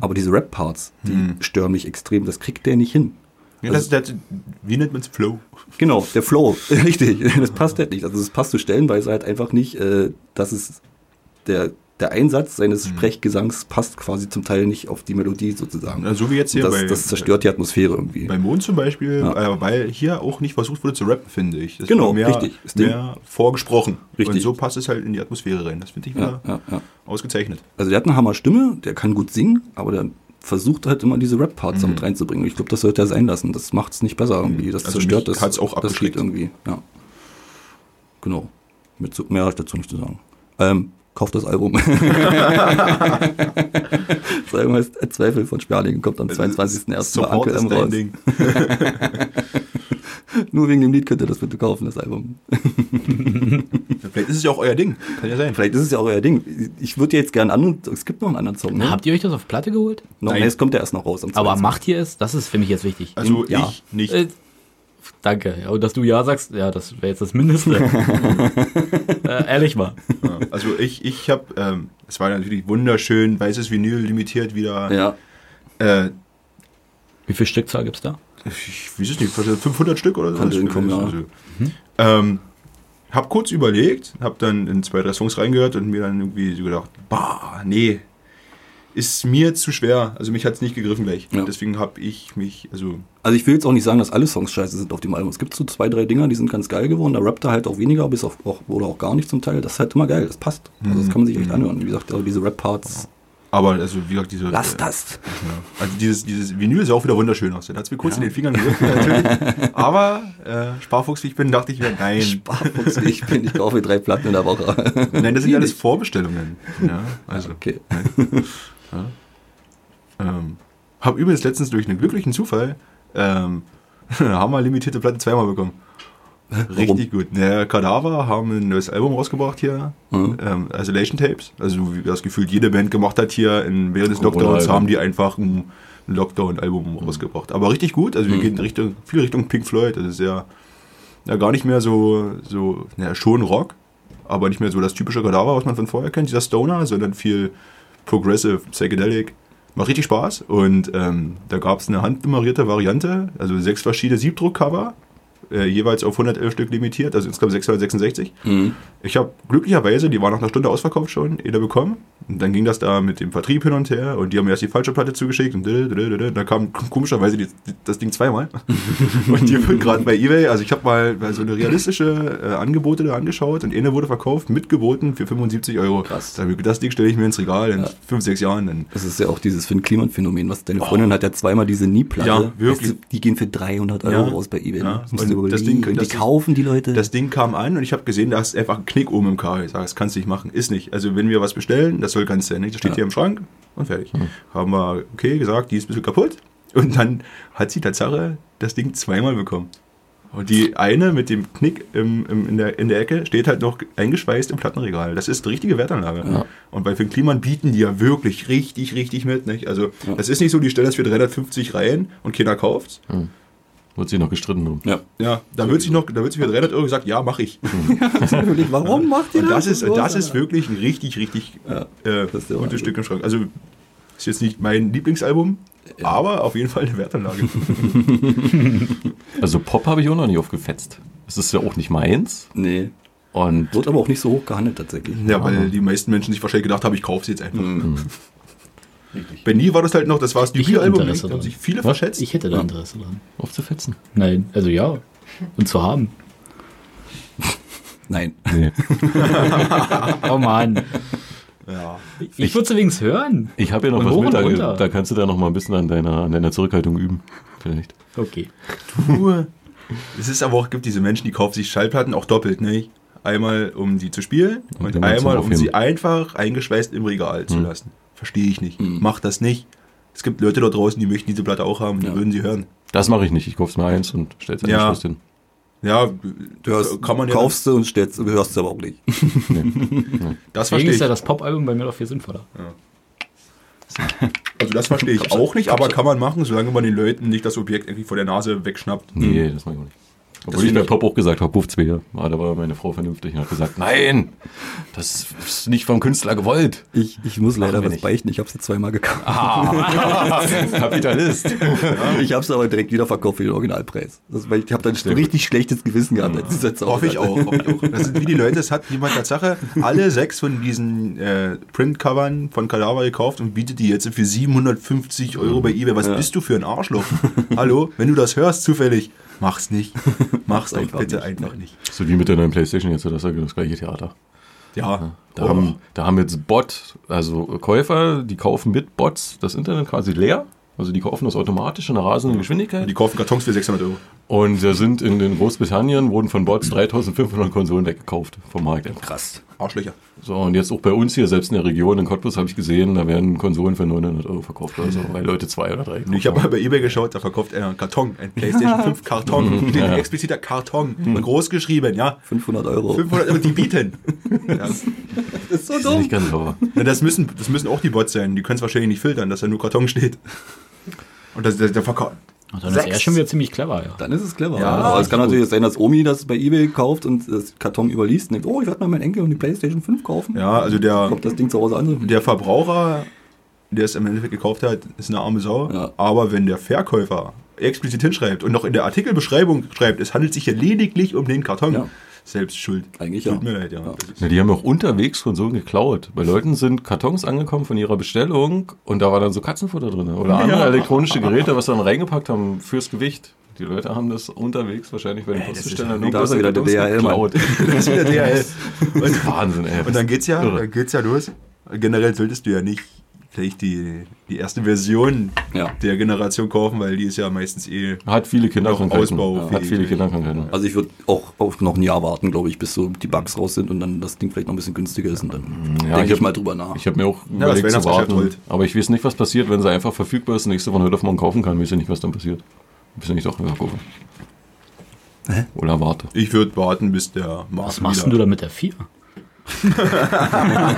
aber diese Rap-Parts, die Mhm. stören mich extrem, das kriegt der nicht hin. Ja, das, das, wie nennt man's Flow? Genau, der Flow, richtig, das passt halt nicht, also es passt zu stellenweise halt einfach nicht, äh, dass es der, der Einsatz seines Mhm. Sprechgesangs passt quasi zum Teil nicht auf die Melodie sozusagen. Na, so wie Also jetzt hier das, bei- das zerstört die Atmosphäre irgendwie. Bei Mond zum Beispiel, Ja. äh, weil hier auch nicht versucht wurde zu rappen, finde ich. Das Genau, war mehr, richtig. Ist dem- mehr vorgesprochen. Richtig. Und so passt es halt in die Atmosphäre rein. Das finde ich wieder ja, ja. ausgezeichnet. Also der hat eine Hammerstimme, der kann gut singen, aber der versucht halt immer diese Rap-Parts damit reinzubringen. Ich glaube, das sollte er sein lassen. Das macht es nicht besser irgendwie. Das Mhm. Also zerstört mich das. hat's auch das abgeschreckt. steht irgendwie. Ja. Genau. Mit so, mehr habe ich dazu nicht zu sagen. Ähm, kauft das Album. das Album heißt Zweifel von Sperling und kommt am 22.01. bei Uncle M ist dein raus. Ding. Nur wegen dem Lied könnt ihr das bitte kaufen, das Album. Vielleicht ist es ja auch euer Ding. Kann ja sein. Vielleicht ist es ja auch euer Ding. Ich würde jetzt gerne anderen. Es gibt noch einen anderen Song. Na, Ne? habt ihr euch das auf Platte geholt? Noch, Nein. nee, es kommt ja erst noch raus. Am Aber 22.. macht ihr es? Das ist für mich jetzt wichtig. Also Ja. ich nicht. Äh, danke. Ja, Und dass du Ja sagst, ja, das wäre jetzt das Mindeste. äh, ehrlich mal. Ja. Also ich, ich habe, ähm, es war natürlich wunderschön, weißes Vinyl limitiert wieder. Ja. Äh, Wie viel Stückzahl gibt's da? ich weiß es nicht, vielleicht 500 Stück oder so. Kann drin kommen, ja. Mhm. Also, ähm, hab kurz überlegt, hab dann in zwei, drei Songs reingehört und mir dann irgendwie so gedacht, bah, nee, ist mir zu schwer. Also mich hat es nicht gegriffen gleich. Ja. Deswegen hab ich mich, also Also ich will jetzt auch nicht sagen, dass alle Songs scheiße sind auf dem Album. Es gibt so zwei, drei Dinger, die sind ganz geil geworden. Da rappt er halt auch weniger, bis auf auch, oder auch gar nicht zum Teil. Das ist halt immer geil, das passt. Also Mhm. das kann man sich echt anhören. Wie gesagt, also diese Rap-Parts. aber also wie gesagt, diese. Lass das! Äh, ja. Also dieses, dieses Vinyl sah auch wieder wunderschön aus. Dann hat's mir kurz in den Fingern gewirkt, natürlich. Aber äh, Sparfuchs, wie ich bin, dachte ich mir, nein. Sparfuchs, wie ich bin, ich kaufe drei Platten in der Woche. Nein, das sind Wie alles nicht? Vorbestellungen. Ja, also. Okay. Ähm, habe übrigens letztens durch einen glücklichen Zufall ähm, Hammer limitierte Platte zweimal bekommen. Richtig gut. Der Kadaver haben ein neues Album rausgebracht hier. Ähm, Isolation Tapes. Also wie das Gefühl, jede Band gemacht hat hier in, während des Lockdowns Corona-Album. haben die einfach ein ein Lockdown-Album rausgebracht. Aber richtig gut. Also wir gehen in Richtung, viel Richtung Pink Floyd. Also sehr, ja, gar nicht mehr so, so, ja, schon Rock, aber nicht mehr so das typische Kadaver, was man von vorher kennt, dieser Stoner, sondern viel Progressive, Psychedelic. Macht richtig Spaß. Und ähm, da gab es eine handnummerierte Variante, also sechs verschiedene Siebdruckcover, äh, jeweils auf 111 Stück limitiert, also insgesamt 666. Ich habe glücklicherweise, die war nach einer Stunde ausverkauft schon, jeder bekommen. Und dann ging das da mit dem Vertrieb hin und her und die haben mir erst die falsche Platte zugeschickt und da kam komischerweise die, die, das Ding zweimal. und die wird gerade bei Ebay, also ich habe mal so eine realistische äh, Angebote da angeschaut und eine wurde verkauft, mitgeboten für 75 Euro. Krass. Da hab ich gedacht, Das Ding stelle ich mir ins Regal in fünf, sechs Jahren. Dann Das ist ja auch dieses Finn Kliman Phänomen, was deine Freundin hat ja zweimal diese Nie-Platte. Oh. Ja, wirklich. Weißt du, Die gehen für 300 Euro Ja. raus bei eBay. Ja. Das musst du Und überlegen. das Ding- Und das die Ding- kaufen die Leute. Das Ding kam an und ich habe gesehen, da ist einfach ein Knick oben im Kabel. Ich sage, das kannst du nicht machen, ist nicht. Also wenn wir was bestellen, das soll ganz ja nicht. Das steht hier im Schrank und fertig. Haben wir, okay, gesagt, die ist ein bisschen kaputt. Und dann hat sie Tatsache das Ding zweimal bekommen. Und die eine mit dem Knick im, im, in, der, in der Ecke steht halt noch eingeschweißt im Plattenregal. Das ist die richtige Wertanlage. Und bei Finn Kliman bieten die ja wirklich richtig, richtig mit. Nicht? Also das ist nicht so, die stellen das für 350 Reihen und keiner kauft's. Wird sich noch gestritten drum. ja. Ja, da wird sich noch, da wird sich für 300 Euro gesagt, ja, mache ich. Warum macht ihr Und das? das ist, das ist wirklich ein richtig, richtig äh, das ist der gutes Wahnsinn. Stück im Schrank. Also ist jetzt nicht mein Lieblingsalbum, aber auf jeden Fall eine Wertanlage. Also Pop habe ich auch noch nicht aufgefetzt. Es ist ja auch nicht meins. Nee. Und Wird aber auch nicht so hoch gehandelt tatsächlich. ja, weil die meisten Menschen sich wahrscheinlich gedacht haben, ich kaufe sie jetzt einfach. Bei Nie war das halt noch, das war das Ich hätte Debütalbum, Interesse da haben dran. sich viele Was? verschätzt. Ich hätte da Interesse dran. aufzufetzen? Nein, also ja. Und zu haben. Nein. Nee. Oh Mann. ja. Ich würde es wenigstens hören. Ich habe ja noch Und was hoch und mit, runter. da, da kannst du da noch mal ein bisschen an deiner, an deiner Zurückhaltung üben. Vielleicht. Okay. Nur, es ist aber auch, gibt diese Menschen, die kaufen sich Schallplatten auch doppelt, nicht? Einmal, um sie zu spielen und, dann mal zum einmal, um Aufheben. sie einfach eingeschweißt im Regal zu lassen. Verstehe ich nicht. Macht das nicht. Es gibt Leute da draußen, die möchten diese Platte auch haben, die würden sie hören. Das mache ich nicht. Ich kauf's mir eins und stell's Ja. ja. hin. Ja, äh, Du hörst, kann man ja. kaufst du und stellst, hörst du aber auch nicht. Das Deswegen verstehe ich. ist ja das Pop-Album bei mir doch viel sinnvoller. also das verstehe ich auch nicht, aber kann man machen, solange man den Leuten nicht das Objekt irgendwie vor der Nase wegschnappt. Nee, das mache ich auch nicht. Obwohl ich bei Pop auch gesagt habe, Puff 2. Ah, da war meine Frau vernünftig und hat gesagt, nein, das ist nicht vom Künstler gewollt. Ich, ich muss leider Machen wir was nicht. beichten. Ich habe sie zweimal gekauft. Kapitalist. Ich habe es aber direkt wieder verkauft für den Originalpreis. Das, weil ich habe dann ein richtig schlechtes Gewissen gehabt. Als ich das Hoffe ich auch, hoffe ich auch. Das sind wie die Leute, das hat jemand Tatsache alle sechs von diesen äh, Print-Covern von Kadaver gekauft und bietet die jetzt für 750 Euro bei Ebay. Was bist du für ein Arschloch? Hallo, wenn du das hörst zufällig, mach's nicht. Mach's doch Einfach bitte nicht. einfach nicht. So wie mit der neuen Playstation jetzt, das ist ja das gleiche Theater. Ja, Da, haben, da haben jetzt Bot, also Käufer, die kaufen mit Bots das Internet quasi leer. Also die kaufen das automatisch in einer rasenden Geschwindigkeit. die kaufen Kartons für 600 Euro. Und da sind in, in Großbritannien wurden von Bots 3500 Konsolen weggekauft vom Markt. Krass. Arschlöcher. So, und jetzt auch bei uns hier, selbst in der Region, in Cottbus habe ich gesehen, da werden Konsolen für 900 Euro verkauft oder so, weil Leute zwei oder drei Ich habe mal bei eBay geschaut, da verkauft einer einen Karton, ein PlayStation 5 Mhm. Karton, steht expliziter Karton, groß geschrieben, ja. 500 Euro. 500 Euro, die bieten. Ja. Das ist so Das ist nicht ganz sauber. Na, das, müssen, das müssen auch die Bots sein, die können es wahrscheinlich nicht filtern, dass da nur Karton steht. Und das, das, der Verkauf. Und Also dann ist er schon wieder ziemlich clever, ja. Dann ist es clever. Ja, aber es kann natürlich jetzt sein, dass Omi das bei Ebay kauft und das Karton überliest und denkt, oh, ich werde mal meinen Enkel und die Playstation 5 kaufen. Ja, also der, Kommt das Ding zu Hause an? der Verbraucher, der es im Endeffekt gekauft hat, ist eine arme Sau. Ja. Aber wenn der Verkäufer explizit hinschreibt und noch in der Artikelbeschreibung schreibt, es handelt sich hier lediglich um den Karton, Ja. selbst schuld. Eigentlich Tut ja. mir leid, ja. Ja. Das ist- Na, die haben auch unterwegs Konsolen geklaut. Bei Leuten sind Kartons angekommen von ihrer Bestellung und da war dann so Katzenfutter drin ne? oder andere elektronische Geräte, was sie dann reingepackt haben fürs Gewicht. Die Leute haben das unterwegs wahrscheinlich bei den Postbestellern da ist irgendwas er wieder, in Kartons der DHL -Mann. Das ist wieder DHL. Und- Wahnsinn, ey. Und dann geht's ja, Irre. dann geht's ja los. Generell solltest du ja nicht vielleicht die, die erste Version Ja. der Generation kaufen, weil die ist ja meistens eh. Hat viele Kinderkrankheiten. Ausbau- Hat viele Kinderkrankheiten. Also ich würde auch, auch noch ein Jahr warten, glaube ich, bis so die Bugs raus sind und dann das Ding vielleicht noch ein bisschen günstiger ist und dann denke Hm, ich, ich hab- mal drüber nach. Ich habe mir auch das überlegt zu Weihnachtsgeschäft warten. rollt. Aber ich weiß nicht, was passiert, wenn sie einfach verfügbar ist und nächste von heute auf morgen kaufen kann. Weiß ja nicht, was dann passiert. Bis ich doch übergucke. Hä? Oder warte. Ich würde warten, bis der Mars Was machst denn du da mit der 4? Kann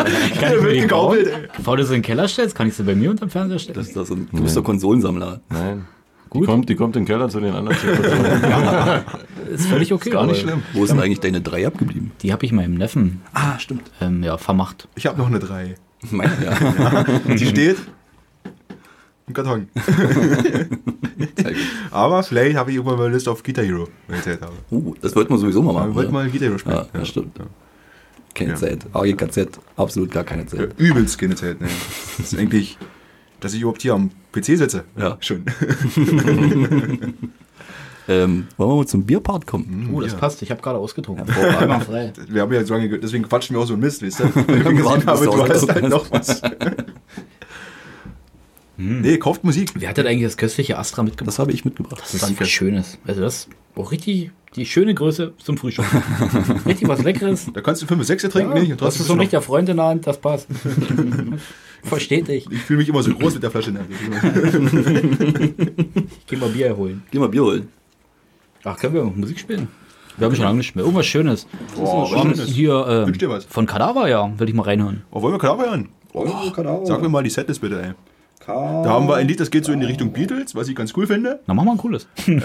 ich mir den gekaubelt, kaufen? Bevor du sie in den Keller stellst, kann ich sie bei mir unterm Fernseher stellen. das ist das so ein, du bist doch Konsolensammler. Nein. Die kommt, die kommt in den Keller zu den anderen. Schildern. ist völlig okay. Gar nicht aber schlimm. Wo ist denn eigentlich deine 3 abgeblieben? Die habe ich meinem Neffen Ah, stimmt. ähm, ja, vermacht. Ich habe noch eine 3. Meine, ja. Die steht Ein Karton. Sehr gut. Aber vielleicht habe ich irgendwann mal Lust auf Guitar Hero, wenn ich Zeit habe. Uh, das wollten wir sowieso mal machen. ich wollte oder? mal Guitar Hero spielen. Ja, das stimmt. Ah, Keine Ja. Zeit. AGKZ, absolut gar keine Ja, Zeit. übelst keine Zeit, ne. Das ist eigentlich, dass ich überhaupt hier am PC sitze. Ja. Schon. Ähm, wollen wir mal zum Bierpart kommen? Oh, das Ja. passt. Ich habe gerade ausgetrunken. Hervorragend. Einmal frei. Wir haben ja so lange, ge- deswegen quatschen wir auch so ein Mist, weißt du? Weil wir warten, gesehen haben, bis du du hast ausgetrunken halt noch was. Nee, kauft Musik. Wer hat denn eigentlich das köstliche Astra mitgebracht? Das habe ich mitgebracht. Das ist was Schönes. Also das ist auch richtig die schöne Größe zum Frühstück. richtig was Leckeres. Da kannst du 5 6 trinken, Ja, nicht? Und das trotzdem ist so ein bist du richtiger Freund in der Hand, das passt. Versteht dich. noch- Ich fühle mich immer so groß mit der Flasche ne? in der Hand. Ich geh mal Bier holen. Geh mal Bier holen. Ach, können wir Musik spielen? Wir haben schon lange nicht mehr. Irgendwas Schönes. Boah, was Schönes. Schönes. Hier Wünsch dir ähm, was. von Kadaver, ja. Will ich mal reinhören. Oh, wollen wir Kadaver hören? Oh, Sag mir mal die Setlist bitte, ey. Da haben wir ein Lied, das geht so in die Richtung Beatles, was ich ganz cool finde. Na, mach mal ein cooles. Äh,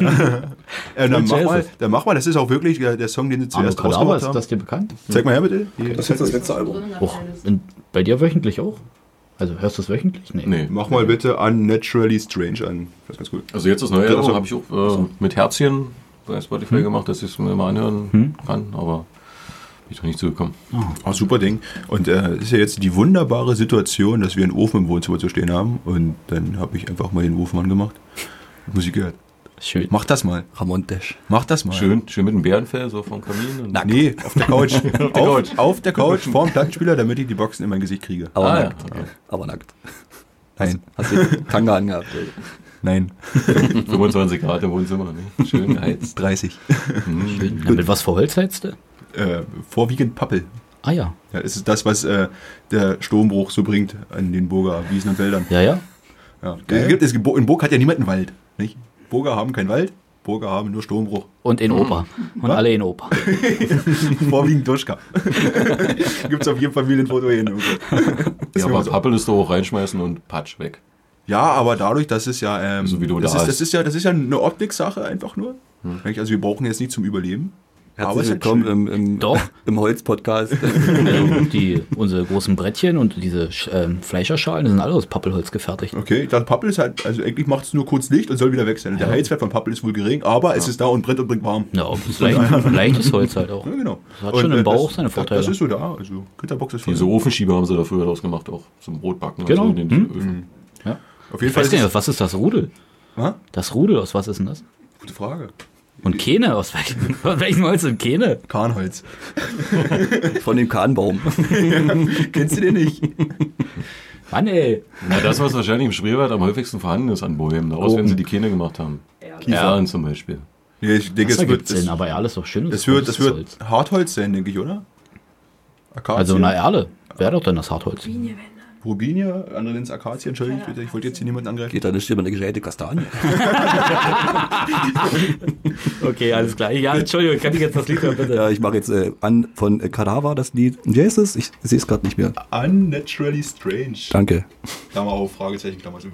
dann, Und mach Jazz mal, ist. dann mach mal, das ist auch wirklich äh, der, der Song, den sie Arno zuerst Kadaver, rausgebracht ist haben. das dir bekannt? Zeig mal her bitte. Die Das ist jetzt das letzte Album. Och, in, bei dir wöchentlich auch? Also hörst du es wöchentlich? Nee. Nee. Mach mal bitte Unnaturally Strange an. Das ist ganz cool. Also jetzt das neue Klar, Album so. habe ich auch äh, mit Herzchen bei Hm? Spotify gemacht, dass ich es mir mal anhören kann, aber bin ich noch nicht zugekommen. Ah, super Ding. Und äh, ist ja jetzt die wunderbare Situation, dass wir einen Ofen im Wohnzimmer zu stehen haben. Und dann habe ich einfach mal den Ofen angemacht. und Musik gehört. Schön. Mach das mal. Ramon Dash. Mach das mal. Schön, schön mit dem Bärenfell, so vom Kamin. Und Nee, auf der Couch. auf, auf der Couch, vorm Plattenspieler, damit ich die Boxen in mein Gesicht kriege. Aber Ah, ja, nackt. okay. Aber nackt. Nein, Hast du Tanga angehabt. ey. nein, 25 Grad im Wohnzimmer. Ne? Schön geheizt. 30. Na, mit was für Holz heizt du? Äh, vorwiegend Pappel. Ah ja. Ja, das ist das, was äh, der Sturmbruch so bringt an den Burger Wiesen und Wäldern. Ja, ja. Ja. Es gibt, es, gibt- in Burg hat ja niemand einen Wald. Nicht? Burger haben keinen Wald, Burger haben nur Sturmbruch. Und in Oper. Und alle in Oper. Vorwiegend Duschka. Gibt es auf jeden Familienfoto hier. irgendwo. Das Ja, oh ist immer aber so. Pappel ist doch auch reinschmeißen und patsch weg. ja, aber dadurch, dass es ja. Ähm, So wie du das, da ist, das hast. ist ja das ist ja eine Optiksache einfach nur. Nicht? Also wir brauchen jetzt nicht zum Überleben. aber es Herzlich ist halt willkommen schön. im, im, Doch. im Holz-Podcast. Ähm, die, unsere großen Brettchen und diese Sch- ähm, Fleischerschalen die sind alle aus Pappelholz gefertigt. Okay, ich dachte, Pappel ist halt, also eigentlich macht es nur kurz Licht und soll wieder weg sein. Der Heizwert von Pappel ist wohl gering, aber es ist da und brennt und bringt warm. Ja, das ist leicht, leichtes Holz halt auch. Ja, genau. Das hat schon im Bauch seine Vorteile. Das, das ist so da. Also, Gitterbox ist voll. Diese Ofenschieber haben sie dafür daraus gemacht, auch zum Brotbacken. und Genau. So, in den Öfen. Ja. Auf jeden Ich weiß ist nicht, was ist das Rudel? es- Ha? Das Rudel, aus was ist denn das? Gute Frage. Und Kähne, aus welchem, aus welchem Holz sind Kähne? Kahnholz. Von dem Kahnbaum. Kennst du den nicht? Mann ey, Na, das, was wahrscheinlich im Spreewald am häufigsten vorhanden ist an Bäumen. Daraus Oh. werden sie die Kähne gemacht haben. Kiefern zum Beispiel. Nee, ich denke, das es ergibt wird, Sinn, es, aber Erle ist doch schön. es wird, es Holz. wird Hartholz sein, denke ich, oder? Akazie. Also, na Erle, wäre doch dann das Hartholz. Rubinie, andere nennen es Akazie, entschuldigt bitte, ich wollte jetzt hier niemanden angreifen. Geht da nicht immer eine gescheite Kastanie. Okay, alles klar. Ja, Entschuldigung, kann ich jetzt das Lied hören, bitte? Ja, ich mache jetzt äh, an von äh, Kadaver das Lied. Wie heißt es? Ich sehe es gerade nicht mehr. Unnaturally strange. Danke. Klammer auf, Fragezeichen, Klammer zu.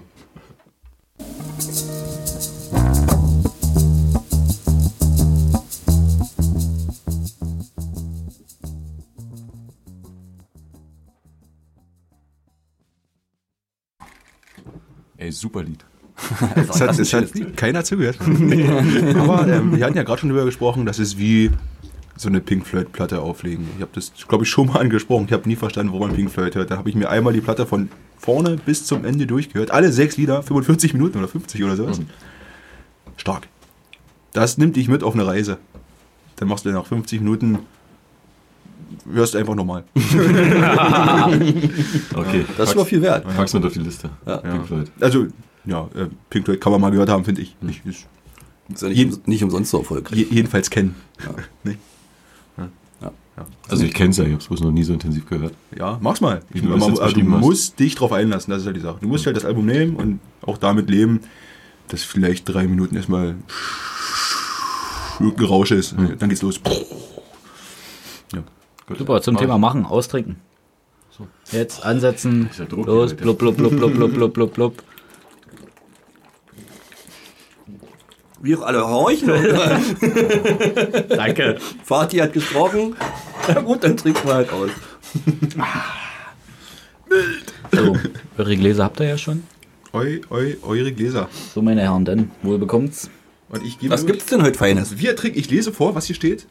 Ey, super Lied. Es hat, es hat keiner zugehört. Aber ähm, wir hatten ja gerade schon darüber gesprochen, dass es wie so eine Pink Floyd-Platte auflegen. Ich habe das, glaube ich, schon mal angesprochen. Ich habe nie verstanden, warum man Pink Floyd hört. Da habe ich mir einmal die Platte von vorne bis zum Ende durchgehört. Alle sechs Lieder, 45 Minuten oder 50 oder sowas. Stark. Das nimmt dich mit auf eine Reise. Dann machst du nach 50 Minuten, hörst du einfach nochmal. Okay. Das ist schon mal viel wert. Pack's mit auf die Liste. Pink Floyd. Also, ja, äh, Pink Floyd kann man mal gehört haben, finde ich. ich ist Ist ja nicht, um- nicht umsonst so erfolgreich. je, jedenfalls kennen. Nee. Also ich kenn's ja, ich hab's bloß noch nie so intensiv gehört. Ja, mach's mal. Wie Ich, du man, das jetzt aber du beschrieben hast. musst dich drauf einlassen, das ist halt die Sache. Du musst halt das Album nehmen und auch damit leben, dass vielleicht drei Minuten erstmal irgendein Rausch ist. Dann geht's los. Gut. Super, zum Mach ich. Thema machen, austrinken. Jetzt ansetzen, Ist ja Druck hier los, heute. blub, blub, blub, blub, blub, blub, blub, blub. Wir alle horchen. Danke. Fatih hat gesprochen. Na gut, dann trinken wir halt aus. So, eure Gläser habt ihr ja schon. Eu, eu, eure Gläser. So, meine Herren, dann, wohl bekommt's. Und ich gebe Was durch- gibt's denn heute Feines? Wir trinken, ich lese vor, was hier steht.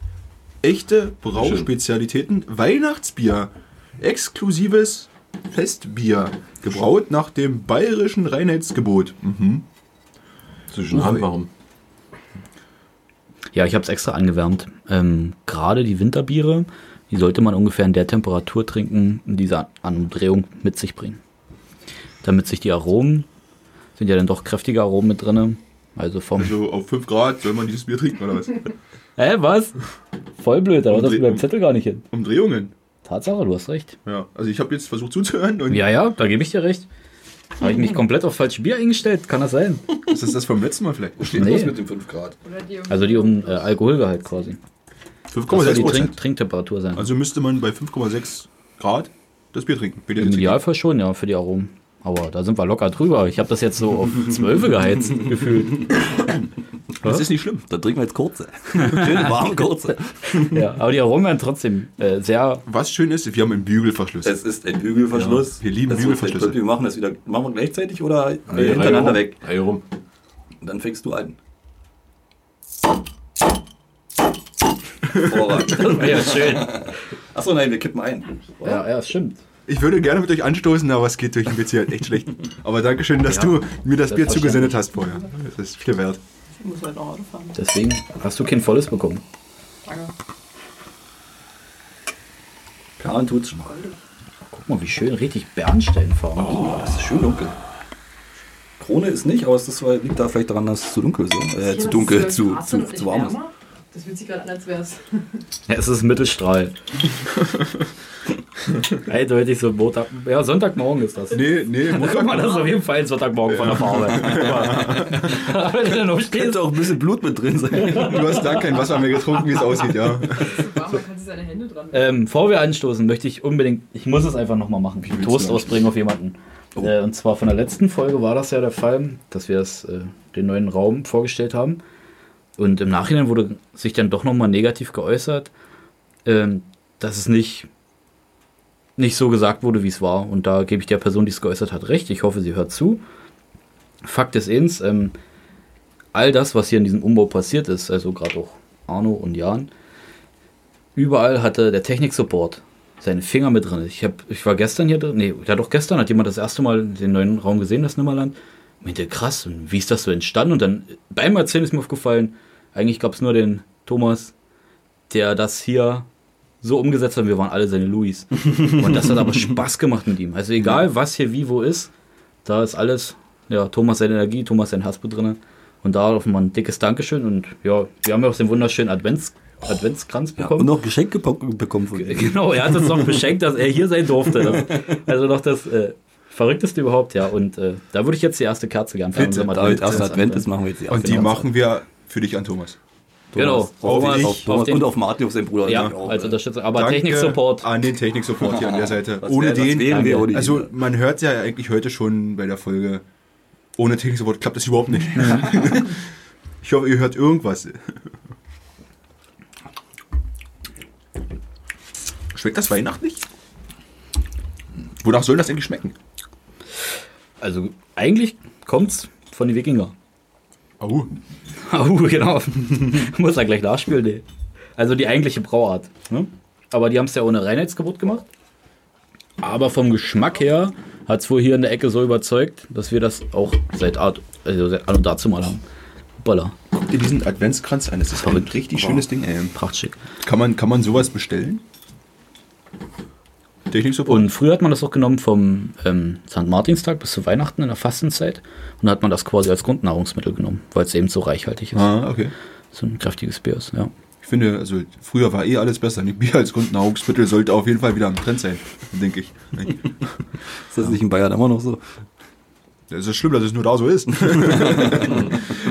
Echte Brauspezialitäten, Weihnachtsbier, exklusives Festbier, gebraut nach dem bayerischen Reinheitsgebot. Mhm. Zwischen Handwarm. Ja, ich habe es extra angewärmt. Ähm, Gerade die Winterbiere, die sollte man ungefähr in der Temperatur trinken, die diese Andrehung mit sich bringen. Damit sich die Aromen, sind ja dann doch kräftige Aromen mit drin. Also vom. Also auf 5 Grad soll man dieses Bier trinken, oder was? Hä, was? Voll blöd, da haut das mit meinem Zettel gar nicht hin. Umdrehungen. Tatsache, du hast recht. Ja, also ich habe jetzt versucht zuzuhören und Ja, ja, da gebe ich dir recht. Habe ich mich komplett auf falsches Bier eingestellt, kann das sein? ist das das vom letzten Mal vielleicht? Steht Nee. was mit dem 5 Grad? Also die um äh, Alkoholgehalt quasi. Das soll 5,6 die Trink Prozent. Trinktemperatur sein. Also müsste man bei 5,6 Grad das Bier trinken. Bitte Im jetzt- Idealfall schon, ja, für die Aromen. Aber da sind wir locker drüber. Ich habe das jetzt so auf 12 geheizt gefühlt. Das ist nicht schlimm. Dann trinken wir jetzt kurze. Schöne warme kurze. Ja, aber die Aromen werden trotzdem äh, sehr. Was schön ist, wir haben einen Bügelverschluss. Es ist ein Bügelverschluss. Ja, wir lieben Das ist- Bügelverschlüsse. Wir machen das wieder. Machen wir gleichzeitig oder äh, Drei hintereinander rum. weg? Drei rum. Dann fängst du an. Vorrang. Ja, schön. Achso, nein, wir kippen ein. Ja, ja, stimmt. Ich würde gerne mit euch anstoßen, aber es geht durch den PC halt echt schlecht. Aber Dankeschön, dass du mir das Bier selbstverständlich. zugesendet hast vorher. Das ist viel wert. Ich muss heute noch Auto fahren. Deswegen hast du kein volles bekommen. Danke. Kahn tut's schon. Guck mal, wie schön richtig Bernstein fahren. Oh, das ist schön dunkel. Krone ist nicht, aber es ist, liegt da vielleicht daran, dass es zu dunkel ist. Äh, zu dunkel, zu, zu, zu warm ist. Das fühlt sich gerade an, als wäre es. Ja, es ist Mittelstrahl. Eindeutig so Montag. Ja, Sonntagmorgen ist das. Nee, nee, Guck mal, das ist auf jeden Fall ein Sonntagmorgen von der Farbe. Wenn du dann aufstehst, Könnte auch ein bisschen Blut mit drin sein. du hast da kein Wasser mehr getrunken, wie es aussieht, ja. warm, man kann sich seine Hände dran. Äh, Ähm, bevor wir anstoßen, möchte ich unbedingt, ich muss es einfach nochmal machen, Toast ausbringen auf jemanden. Äh, und zwar von der letzten Folge war das ja der Fall, dass wir das, äh, den neuen Raum vorgestellt haben. Und im Nachhinein wurde sich dann doch nochmal negativ geäußert, ähm, dass es nicht, nicht so gesagt wurde, wie es war. Und da gebe ich der Person, die es geäußert hat, recht. Ich hoffe, sie hört zu. Fakt ist eins, ähm, all das, was hier in diesem Umbau passiert ist, also gerade auch Arno und Jan, überall hatte der Technik-Support seine Finger mit drin. Ich, hab, ich war gestern hier drin, nee, ja doch gestern hat jemand das erste Mal den neuen Raum gesehen, das Nimmerland. Ich meinte, krass, und wie ist das so entstanden? Und dann beim Erzählen ist mir aufgefallen, eigentlich gab es nur den Thomas, der das hier so umgesetzt hat. Wir waren alle seine Louis. Und das hat aber Spaß gemacht mit ihm. Also egal, was hier wie wo ist, da ist alles, ja, Thomas seine Energie, Thomas sein Herzblut drin. Und da auf mal ein dickes Dankeschön. Und ja, wir haben ja auch den wunderschönen Advents, Adventskranz Ja, bekommen. und noch Geschenke gepackt- bekommen von ihm. Genau, er hat uns noch beschenkt, dass er hier sein durfte. Das, also noch das äh, Verrückteste überhaupt, ja. Und äh, da würde ich jetzt die erste Kerze gern Bitte, unserem Damit erster Advent- Advent ist, machen wir jetzt die Und die erste Kerze. machen wir für dich an, Thomas. Genau. Auf, Auf auf, dich, auf Thomas auf den- und auf Martin, auf seinen Bruder. ne? Ja, also natürlich auch. als Unterstützung. Aber Danke Technik-Support. An den Technik-Support hier an der Seite. Was Ohne wär- was wären wir Danke. ohne ihn? Also man hört ja eigentlich heute schon bei der Folge, ohne Technik-Support klappt das überhaupt nicht. ich hoffe, ihr hört irgendwas. Schmeckt das weihnachtlich? Wonach soll das eigentlich schmecken? Also eigentlich kommt's von den Wikinger. Au. Au, genau. Muss er gleich nachspielen, nee. Also die eigentliche Brauart. Ne? Aber die haben es ja ohne Reinheitsgebot gemacht. Aber vom Geschmack her hat es wohl hier in der Ecke so überzeugt, dass wir das auch seit Art, also seit Anno dazu mal haben. Hoppala, Guck dir diesen Adventskranz an, das ist ein richtig schönes Ding, ey. prachtschick. Kann man, kann man sowas bestellen? Technik-Support? Und früher hat man das auch genommen vom ähm, St. Martinstag bis zu Weihnachten in der Fastenzeit und da hat man das quasi als Grundnahrungsmittel genommen, weil es eben so reichhaltig ist. Ah, okay. So ein kräftiges Bier ist, ja. Ich finde, also früher war eh alles besser. Nicht Bier als Grundnahrungsmittel sollte auf jeden Fall wieder am Trend sein, denke ich. Ist das nicht in Bayern immer noch so? Es ist schlimm, dass es nur da so ist.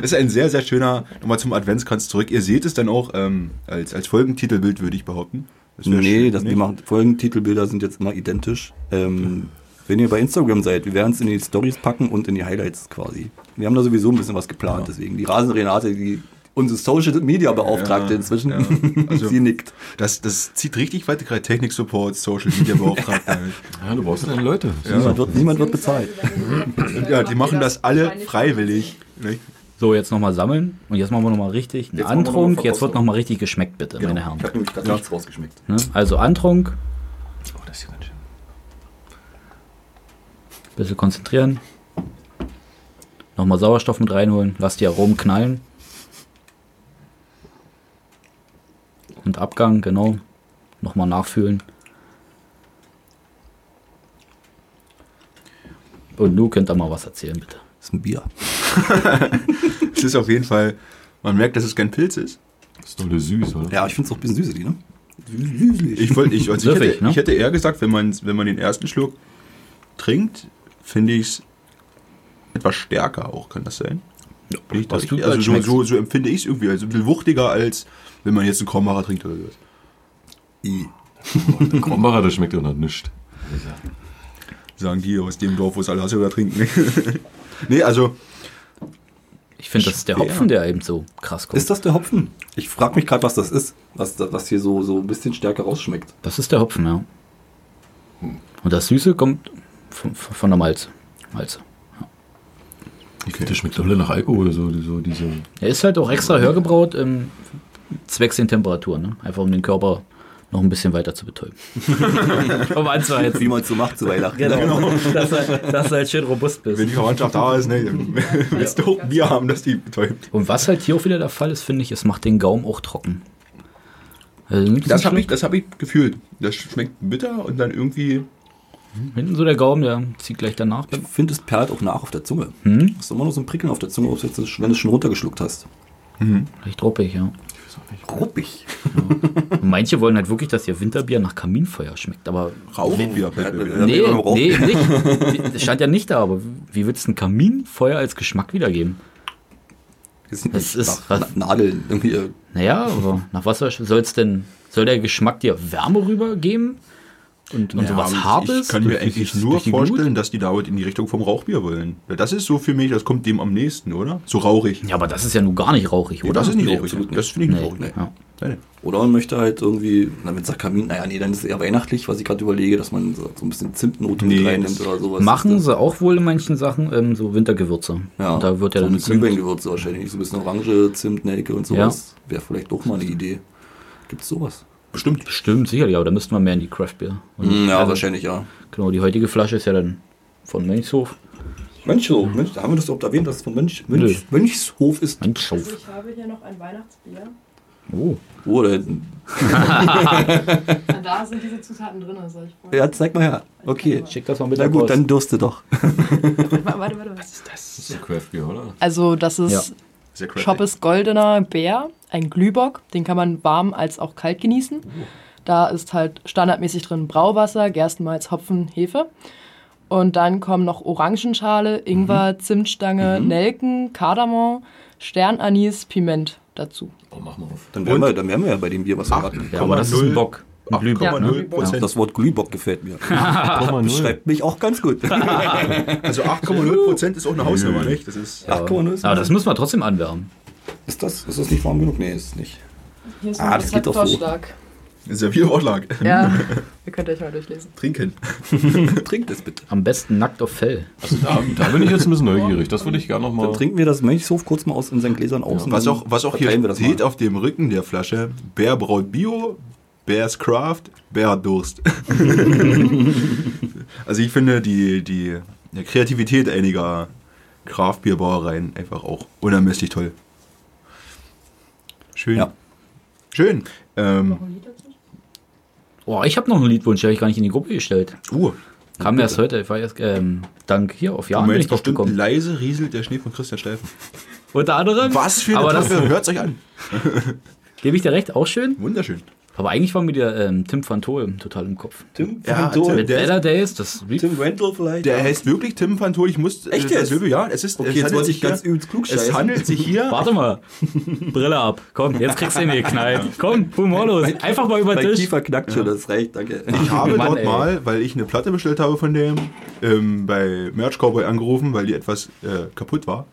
ist ein sehr, sehr schöner, nochmal zum Adventskranz zurück. Ihr seht es dann auch ähm, als, als Folgentitelbild, würde ich behaupten. Das wär Nee, schön, das, nicht? die machen, Folgentitelbilder sind jetzt immer identisch. Ähm, wenn ihr bei Instagram seid, wir werden es in die Stories packen und in die Highlights quasi. Wir haben da sowieso ein bisschen was geplant, deswegen. Die Rasenrenate, die, unsere Social Media Beauftragte Ja, inzwischen. ja. Also- Sie nickt. Das, das zieht richtig weit, gerade Technik-Support, Social-Media-Beauftragter. Ja, du brauchst deine Leute. Niemand, wird, niemand wird bezahlt. ja, die machen das alle freiwillig. nicht? So, jetzt nochmal sammeln und jetzt machen wir nochmal richtig einen Jetzt machen wir noch mal Antrunk. Jetzt wird Verkostung. nochmal richtig geschmeckt, bitte, meine Herren. Ich habe nämlich gerade Ja. nichts rausgeschmeckt. Ne? Also Antrunk, Oh, das ist ja ganz schön. bisschen konzentrieren. Nochmal Sauerstoff mit reinholen, lass die Aromen knallen. Und Abgang, genau. Nochmal nachfühlen. Und nun könnt ihr mal was erzählen, bitte. Das ist ein Bier. Es ist auf jeden Fall, man merkt, dass es kein Pilz ist. Das ist doch eine süß, oder? Ja, ich finde es auch ein bisschen süßlich, ne? Süßlich. Ich, wollte, ich, also ich, Süffig, hätte, ne? ich hätte eher gesagt, wenn man, wenn man den ersten Schluck trinkt, finde ich es etwas stärker auch, kann das sein? Bin ich da was richtig? du also gerade so, schmeckst. so, so empfinde ich es irgendwie, also ein bisschen wuchtiger als wenn man jetzt einen Krombacher trinkt oder sowas. Der Krombacher, das schmeckt ja noch nicht. Sagen die aus dem Dorf, wo es alle Hasselhörer trinken. nee, also Ich finde, das ist der Schwer. Hopfen, der eben so krass kommt. Ist das der Hopfen? Ich frage mich gerade, was das ist, was, da- was hier so, so ein bisschen stärker rausschmeckt. Das ist der Hopfen, ja. Und das Süße kommt von, von der Malze. Malze. Ich finde, das schmeckt alle nach Alkohol, so, so diese. Er ist halt auch extra hörgebraut, ähm, zwecks den Temperaturen, ne? einfach um den Körper noch ein bisschen weiter zu betäuben. um Wie anzuheizen. Genau. man es so macht zu Weihnachten. Dass, er, dass er halt schön robust Genau. wenn bist. die Verwandtschaft da ist, ne, dann willst du auch ein Bier haben, das die betäubt. Und was halt hier auch wieder der Fall ist, finde ich, es macht den Gaumen auch trocken. Also, Das habe ich, das hab ich gefühlt. Das schmeckt bitter und dann irgendwie Hinten so der Gaumen, der zieht gleich danach. Ich finde, es perlt auch nach auf der Zunge. Hm? Ist immer noch so ein Prickeln auf der Zunge, ob's jetzt, wenn du es schon runtergeschluckt hast. Recht ruppig, ja. Ruppig. Und manche wollen halt wirklich, dass ihr Winterbier nach Kaminfeuer schmeckt, aber rauchig wieder. Ja, Nee, wir haben Rauch. nee, nicht. Das stand ja nicht da, aber wie würdest du ein Kaminfeuer als Geschmack wiedergeben? Das ist, Es ist- nach, nach Nadeln. Irgendwie, äh, Naja, aber nach was soll es denn, soll der Geschmack dir Wärme rübergeben? Und, und sowas Ich Hartes? kann mir eigentlich nur durch die vorstellen, dass die damit in die Richtung vom Rauchbier wollen. Ja, Das ist so für mich, das kommt dem am nächsten, oder? So rauchig. ja, aber das ist ja nun gar nicht rauchig, Nee, oder? das ist nicht Nee, rauchig. absolut nicht. Das finde ich nicht Nee, rauchig. nee, ja. Nein. Oder man möchte halt irgendwie, na, wenn es sagt Kamin, naja, nee, dann ist es eher weihnachtlich, was ich gerade überlege, dass man so so ein bisschen Zimtnote mit Nee, reinnimmt das oder sowas. Machen Das- sie auch wohl in manchen Sachen ähm, so Wintergewürze. Ja, Und da wird ja so dann mit Zimt- Glühweingewürze wahrscheinlich, so ein bisschen Orange, Zimt, Nelke und sowas. Wäre vielleicht auch mal eine Idee. Gibt's sowas? Bestimmt. Bestimmt, sicherlich, aber da müssten wir mehr in die Craft Beer. Mhm. Und- Hm, Ja, also, wahrscheinlich, ja. Genau, die heutige Flasche ist ja dann von Mönchshof. Mönch, Mönch, haben wir das überhaupt erwähnt, dass es von Mönch, Mönch- Mönchshof ist? Also Mönchshof. ich habe hier noch ein Weihnachtsbier. Oh. Oh, da, Und Ah, da sind diese Zutaten drin. Also ich ja, zeig mal her. Okay. Schick das mal mit Na der gut, Post. dann durste doch. warte, warte, warte. Das ist ein Craft Beer, oder? Also das ist Ja. Sehr crazy. Schoppes Goldener Bär, ein Glühbock. Den kann man warm als auch kalt genießen. Da ist halt standardmäßig drin Brauwasser, Gerstenmalz, Hopfen, Hefe. Und dann kommen noch Orangenschale, Ingwer, Mhm. Zimtstange, Nelken, Kardamom, Sternanis, Piment dazu. Oh, mach mal auf. Dann wären, wir, dann wären wir ja bei dem Bier, was wir hatten. Ja, aber das ist ein Bock. Ein Glühbock, ne? 8,0 Prozent. Das Wort Glühbock gefällt mir. Schreibt. Beschreibt mich auch ganz gut. Also 8,0 Prozent ist auch eine Hausnummer, nicht? Das ist. Ach, guck mal, nur ist, Aber das müssen wir trotzdem anwärmen. ist, das, ist das nicht warm genug? Nee, ist nicht. Hier ist Ah, ein das geht doch so. Rezeptvorschlag. Serviervorschlag. Ja, ihr könnt euch mal durchlesen. Trinken. Trinkt es bitte. Am besten nackt auf Fell. Da, da bin ich jetzt ein bisschen neugierig. Das würde ich gerne Dann nochmal. trinken wir das Mönchshof kurz mal aus unseren Gläsern aus. und Was dann auch, was auch verteilen hier wir das steht mal. auf dem Rücken der Flasche: Bär braut Bio, Bärs Craft, Bär hat Durst. also, ich finde die, die die Kreativität einiger Craft-Bierbauereien einfach auch unermesslich toll. Schön. Ja. Schön. Ähm, Oh, ich habe noch einen Liedwunsch, den habe ich gar nicht in die Gruppe gestellt. uh, Kam erst heute, ich war erst, ähm, dank hier auf du Jahren bin ich meinst drauf bestimmt gekommen. leise rieselt der Schnee von Christian Steifen. Unter anderem. Was für eine Aber das Treffer, hört's euch an. gebe ich dir recht, auch schön. Wunderschön. Aber eigentlich war mir der ähm, Tim van Tol total im Kopf. Tim, Ja, Tim, Tim. Mit der Better Days, das Lied. Tim Randall vielleicht. Der heißt wirklich Tim van Tol. Ich muss. Echt äh, jetzt? das Silbe- Ja, es ist. Okay, es jetzt handelt wollte sich ich ganz hier- übelst klug Es scheißen. handelt sich hier. Warte mal. Brille ab. Komm, jetzt kriegst du ihn geknallt. Komm, humorlos. Einfach mal über mein den Tisch. Kiefer knackt schon, das reicht, danke. Ich habe Mann, dort ey. mal, weil ich eine Platte bestellt habe von dem, ähm, bei Merch Cowboy angerufen, weil die etwas äh, kaputt war.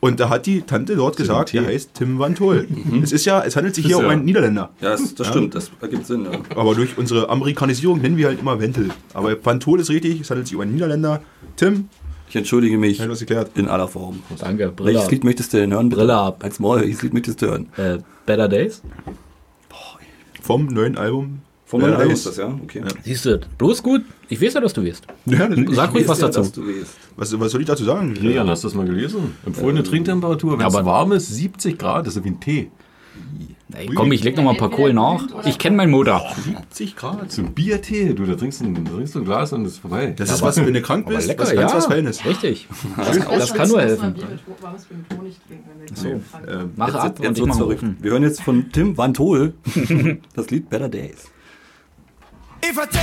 Und da hat die Tante dort gesagt, der heißt Tim Van Tol. es ist ja, es handelt sich hier Ist um ja- einen Niederländer. Ja, das, das stimmt, das ergibt Sinn. Ja. Aber durch unsere Amerikanisierung nennen wir halt immer Wentel. Aber Van Tol ist richtig, es handelt sich um einen Niederländer. Tim, Ich entschuldige mich hat was geklärt. in aller Form. Danke, Brille. Welches ab. Lied möchtest du denn hören? bitte? Brille ab. Als Maul, welches Lied möchtest du hören? Äh, Better Days? Vom neuen Album. Vom neuen Äh, Album ist- ist das, ja? Okay. Siehst du, das? bloß gut. Ich weiß ja, dass du wirst. Ja, das- Hm, ich- Hm, Sag ruhig was Ja, dazu. dass du gehst. was, was soll ich dazu sagen? Jan, hast du das mal gelesen? Empfohlene Ähm, Trinktemperatur, wenn es aber- warm ist, 70 Grad, das ist wie ein Tee. Ey, komm, ich leg noch mal ein paar Kohlen nach. Ich kenne meinen Motor. 70 Grad. So ein Biertee, du, da trinkst du ein, da trinkst du ein Glas und ist vorbei. Das ist was, wenn du krank bist, was ganz was Feines. Richtig. Das, das kann nur helfen. Mache ab Jetzt und ich wird's mache verrückt. rufen. Wir hören jetzt von Tim Van Tol das Lied Better Days. If I tell you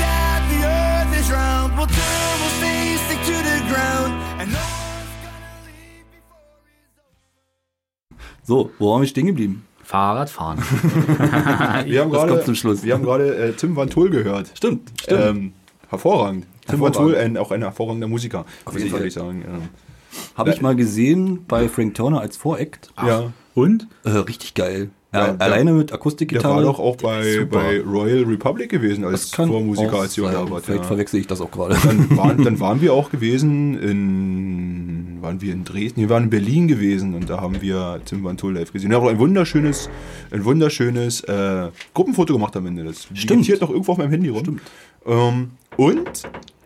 that the earth is round, we'll turn, we'll stay, stick to the ground, and no one's gonna leave before it's over. So, wo waren wir stehen geblieben? Fahrradfahren. Wir haben Das gerade, kommt zum Schluss. wir haben gerade äh, Tim Van Tol gehört. Stimmt, stimmt. Ähm, hervorragend. Tim Van Hervorragend. Tol, ein, auch ein hervorragender Musiker. Auf jeden ich sagen. ähm, Habe ich mal gesehen bei Frank Turner als Voreact. Ah. ja. Und? Äh, richtig geil. Ja, Ja, ja. alleine mit Der Akustikgitarre. war doch auch bei, Super. bei Royal Republic gewesen als das kann Vormusiker, auch als sie sein. da war. Vielleicht ja. verwechsel ich das auch gerade. Dann waren, dann waren wir auch gewesen in, waren wir in Dresden, wir waren in Berlin gewesen und da haben wir Tim Van Tol live gesehen. Er hat auch ein wunderschönes, ein wunderschönes äh, Gruppenfoto gemacht am Ende. Das Stimmt. vegetiert noch irgendwo auf meinem Handy rum. Ähm, und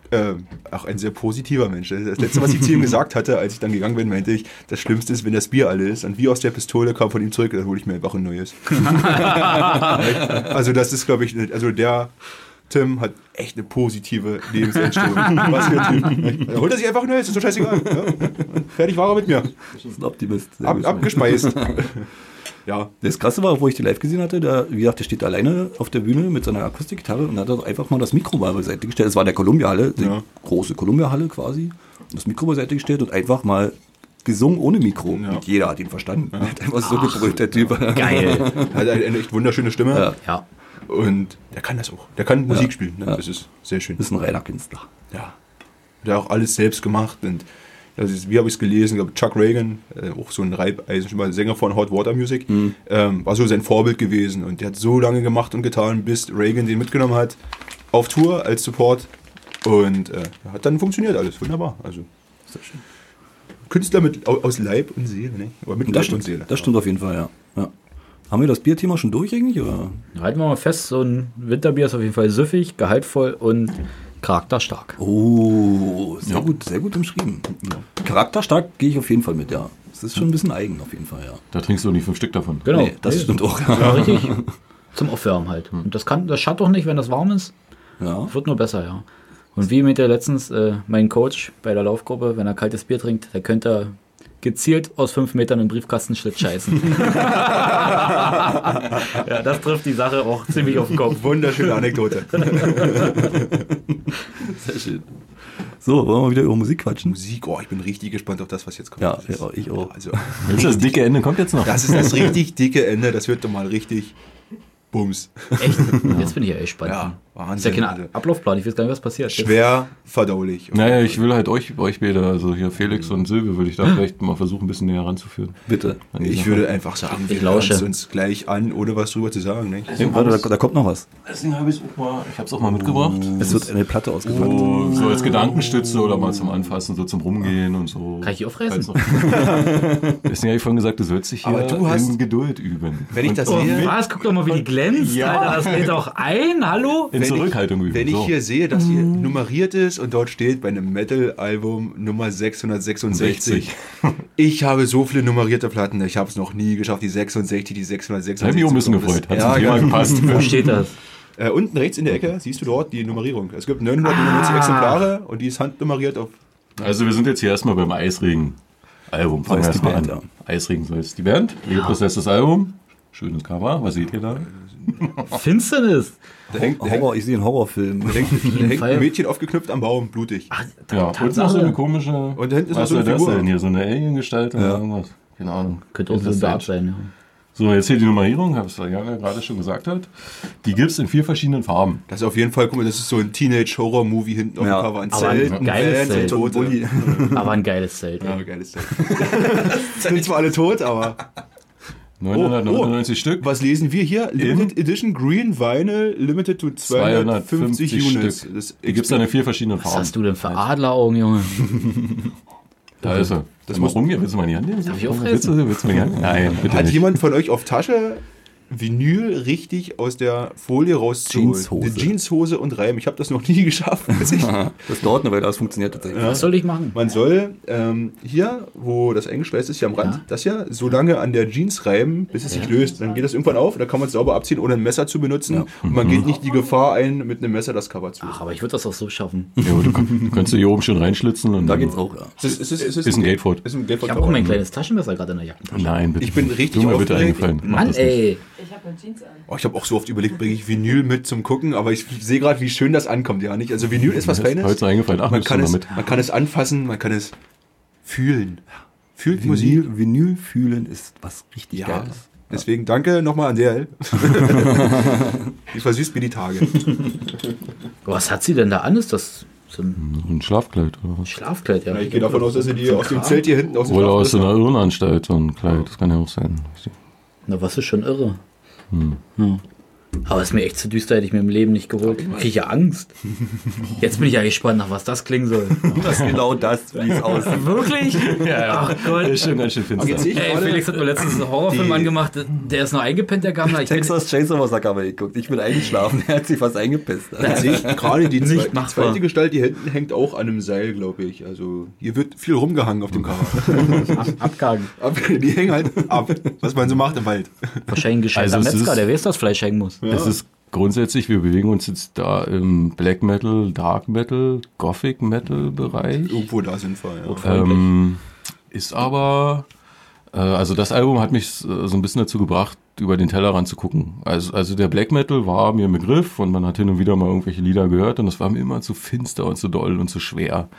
äh, auch ein sehr positiver Mensch. Das letzte, was ich zu ihm gesagt hatte, als ich dann gegangen bin, meinte ich, das Schlimmste ist, wenn das Bier alle ist. Und wie aus der Pistole kam von ihm zurück, dann hole ich mir einfach ein neues. also das ist, glaube ich, ne- also der Tim hat echt eine positive Lebenseinstellung. Was für ein Typ. Er holt er sich einfach ein neues, ist doch scheißegal. Ja? Fertig war er mit mir. Das ist ein Optimist. Sehr Ab, gut. abgespeist. Ja, Das Krasse war, wo ich die live gesehen hatte, da, wie gesagt, der steht alleine auf der Bühne mit seiner Akustikgitarre und hat dann einfach mal das Mikro mal beiseite gestellt. Das war in der Columbia-Halle, die Ja. große Columbia-Halle quasi. Das Mikro beiseite gestellt und einfach mal gesungen ohne Mikro. Und jeder hat ihn verstanden. Er hat einfach so gebrüllt, der Typ. Geil. er hat eine, eine echt wunderschöne Stimme. Ja. Ja. Und der kann das auch. Der kann Musik spielen. Ne? Ja. Das ist sehr schön. Das ist ein reiner Künstler. ja, der hat auch alles selbst gemacht und das ist, wie habe ich es gelesen, ich glaube, Chuck Reagan, äh, auch so ein Reibeisen, schon mal Sänger von Hot Water Music, Mhm. ähm, war so sein Vorbild gewesen und der hat so lange gemacht und getan, bis Reagan den mitgenommen hat auf Tour als Support und äh, hat dann funktioniert alles, wunderbar. Also Künstler mit, au- aus Leib und Seele, ne? Oder mit Das Leib und stimmt, Seele. das stimmt auf jeden Fall, ja. ja. Haben wir das Bierthema schon durch eigentlich? Oder? Halten wir mal fest, so ein Winterbier ist auf jeden Fall süffig, gehaltvoll und charakterstark. Oh, sehr gut, sehr gut umschrieben. Charakterstark gehe ich auf jeden Fall mit, ja. Es ist schon ein bisschen eigen auf jeden Fall, ja. Da trinkst du nicht fünf Stück davon. Genau. Nee, das Nee. stimmt auch. Hm. Ja, richtig. Zum Aufwärmen halt. Und das kann, das schadet doch nicht, wenn das warm ist. Ja. Wird nur besser, ja. Und wie mit der letztens, äh, mein Coach bei der Laufgruppe, wenn er kaltes Bier trinkt, der könnte er gezielt aus fünf Metern im Briefkastenschlitt scheißen. ja, das trifft die Sache auch ziemlich auf den Kopf. Wunderschöne Anekdote. Sehr schön. So, wollen wir wieder über Musik quatschen? Musik, oh, ich bin richtig gespannt auf das, was jetzt kommt. Ja, Das ist- ja, ich auch. Also, Jetzt Das dicke Ende kommt jetzt noch. das ist das richtig dicke Ende, das wird doch mal richtig Bums. Echt? Jetzt bin ich ja echt spannend. Ja, Wahnsinn. ist ja kein Also. Ablaufplan, ich weiß gar nicht, was passiert. Jetzt- Schwer verdaulich. Naja, ich will halt euch, euch beide, also hier Felix und Silvio, würde ich da vielleicht mal versuchen, ein bisschen näher ranzuführen. Bitte. An die Ich Sache. würde einfach sagen, wir Ich lausche. hören uns gleich an, ohne was drüber zu sagen. Nicht? Warte, da, da kommt noch was. Deswegen habe ich es auch mal, ich habe es auch mal mitgebracht. Es wird eine Platte ausgepackt. Oh. So, so als Gedankenstütze oder mal zum Anfassen, so zum Rumgehen und so. Kann ich die auffressen? Weiß noch. Deswegen habe ich vorhin gesagt, du sollst dich hier Aber du hast- in Geduld üben. Wenn ich das Oh, sehe, was? Guck doch mal, wie die glänzt. Ja. Alter, das geht doch ein. Hallo? In Wenn ich- Zurückhaltung üben. wenn ich so. hier sehe, dass hier nummeriert ist und dort steht bei einem Metal-Album Nummer 666. Ich habe so viele nummerierte Platten, ich habe es noch nie geschafft, die 66, die 666. Da hab ich mich auch ein bisschen zu kommen. gefreut. Hat Ja, genau. sich ja. mal gepasst. Wo steht das? Äh, unten rechts in der Ecke siehst du dort die Nummerierung. Es gibt 999 Exemplare und die ist handnummeriert auf. Also wir sind jetzt hier erstmal beim Eisregen-Album. Fangen wir So ist die erstmal an. Band, Eisregen so ist die Band. Lebt das letztes Album. Schönes Cover. Was seht ihr da? Oh. Finsternis. Da hängt, da hängt, Horror, ich sehe einen Horrorfilm. da hängt, da hängt Fall. ein Mädchen aufgeknüpft am Baum, blutig. Ja, und noch so eine komische. Und da hinten ist noch was so eine soll das Figur. denn hier? So eine Alien-Gestalt oder irgendwas? Keine Ahnung. Könnte auch so ein Ist das Dart sein. So, jetzt hier die Nummerierung, was Jana gerade schon gesagt hat. Die gibt es in vier verschiedenen Farben. Das ist auf jeden Fall cool. Das ist so ein Teenage-Horror-Movie hinten Ja, auf dem Cover. Ein aber ein Zelt, geiles Van, sind Zelt. Tote. Aber ein geiles Zelt. Ja, geiles Zelt. sind zwar alle tot, aber... oh. 999 Stück. Was lesen wir hier? Limited Edition Green Vinyl Limited to 250, 250 Units. Stück. Das Die gibt es dann in vier verschiedenen Was Farben. hast du denn für Adleraugen, Junge? Da Hm. ist er. Das muss rumgehen. Willst du mal in die Hand nehmen? Darf ich auch willst du, willst du mir die Hand nehmen? Nein, bitte Hat nicht. jemand von euch auf Tasche Vinyl richtig aus der Folie rauszuholen? Jeanshose. Eine Jeanshose und Reim. Ich habe das noch nie geschafft. weiß ich. Das dauert eine Weile, aber es funktioniert tatsächlich. Was soll ich machen? Man soll ähm, hier, wo das eingeschweißt ist, hier am Rand, Ja. das hier, so lange an der Jeans reiben, bis es sich löst. Dann geht das irgendwann auf, da kann man es sauber abziehen, ohne ein Messer zu benutzen. Und man geht nicht die Gefahr ein, mit einem Messer das Cover zu. Ach, aber ich würde das auch so schaffen. Ja, aber du, du kannst du hier oben schon reinschlitzen. Und Da geht's auch, ja. Es ist, es ist, es Ist ein Gatefold. Ist ein Ich Gatefold habe auch mein kleines Taschenmesser gerade in der Jackentasche. Nein, bitte. Ich bin nicht. richtig Du mir bitte aufgeregt. eingefallen. Mach Mann, das nicht. ey. Ich habe eine Jeans an. Oh, ich habe auch so oft überlegt, bringe ich Vinyl mit zum Gucken, aber ich sehe gerade, wie schön das ankommt, ja nicht? Also Vinyl ist was Mir ist Feines. heute eingefallen. Ach, man, nimmst kann du es, mal mit. man kann es anfassen, man kann es fühlen. Fühlt Musik. Vinyl, Vinyl fühlen ist was richtig Ja. Geiles. Deswegen danke nochmal an DL. Die versüßt mir die Tage. Was hat sie denn da an? Ist das so ein Ein Schlafkleid oder was? Schlafkleid? Ja, Ich gehe davon aus, dass sie die aus dem Zelt hier hinten aus dem Oder aus Schlafzimmer- einer Irrenanstalt so ein Kleid. Das kann ja auch sein. Na, was ist schon irre. Hm. Aber ist mir echt zu düster, hätte ich mir im Leben nicht geholt. Kriege ich ja Angst. Jetzt bin ich ja gespannt, nach was das klingen soll. Das ist genau das, wie es aussieht. Wirklich? Ach Gott. Ist schon ganz schön finster. Jetzt sehe ich Ey, gerade- Felix hat mir letztens einen Horrorfilm Die- angemacht, der ist noch eingepennt, der Gammler. Ich bin Texas Chainsaw Massacre habe ich geguckt. Ich bin eingeschlafen. Er hat sich fast eingepisst. Jetzt sehe ich gerade die Nicht zwe machbar. zweite Gestalt, die hinten hängt auch an einem Seil, glaube ich. Also hier wird viel rumgehangen auf dem Cover. abgegangen. Aber die hängen halt ab, was man so macht im Wald. Wahrscheinlich ein gescheiter Also es Metzger, ist- der weiß, dass Fleisch hängen muss. Es ist grundsätzlich, wir bewegen uns jetzt da im Black Metal, Dark Metal, Gothic Metal Bereich. Irgendwo da sind wir, ja. Ähm, ist aber, äh, also das Album hat mich s- äh, so ein bisschen dazu gebracht, über den Tellerrand zu gucken. Also, also der Black Metal war mir im Begriff und man hat hin und wieder mal irgendwelche Lieder gehört und das war mir immer zu finster und zu doll und zu schwer.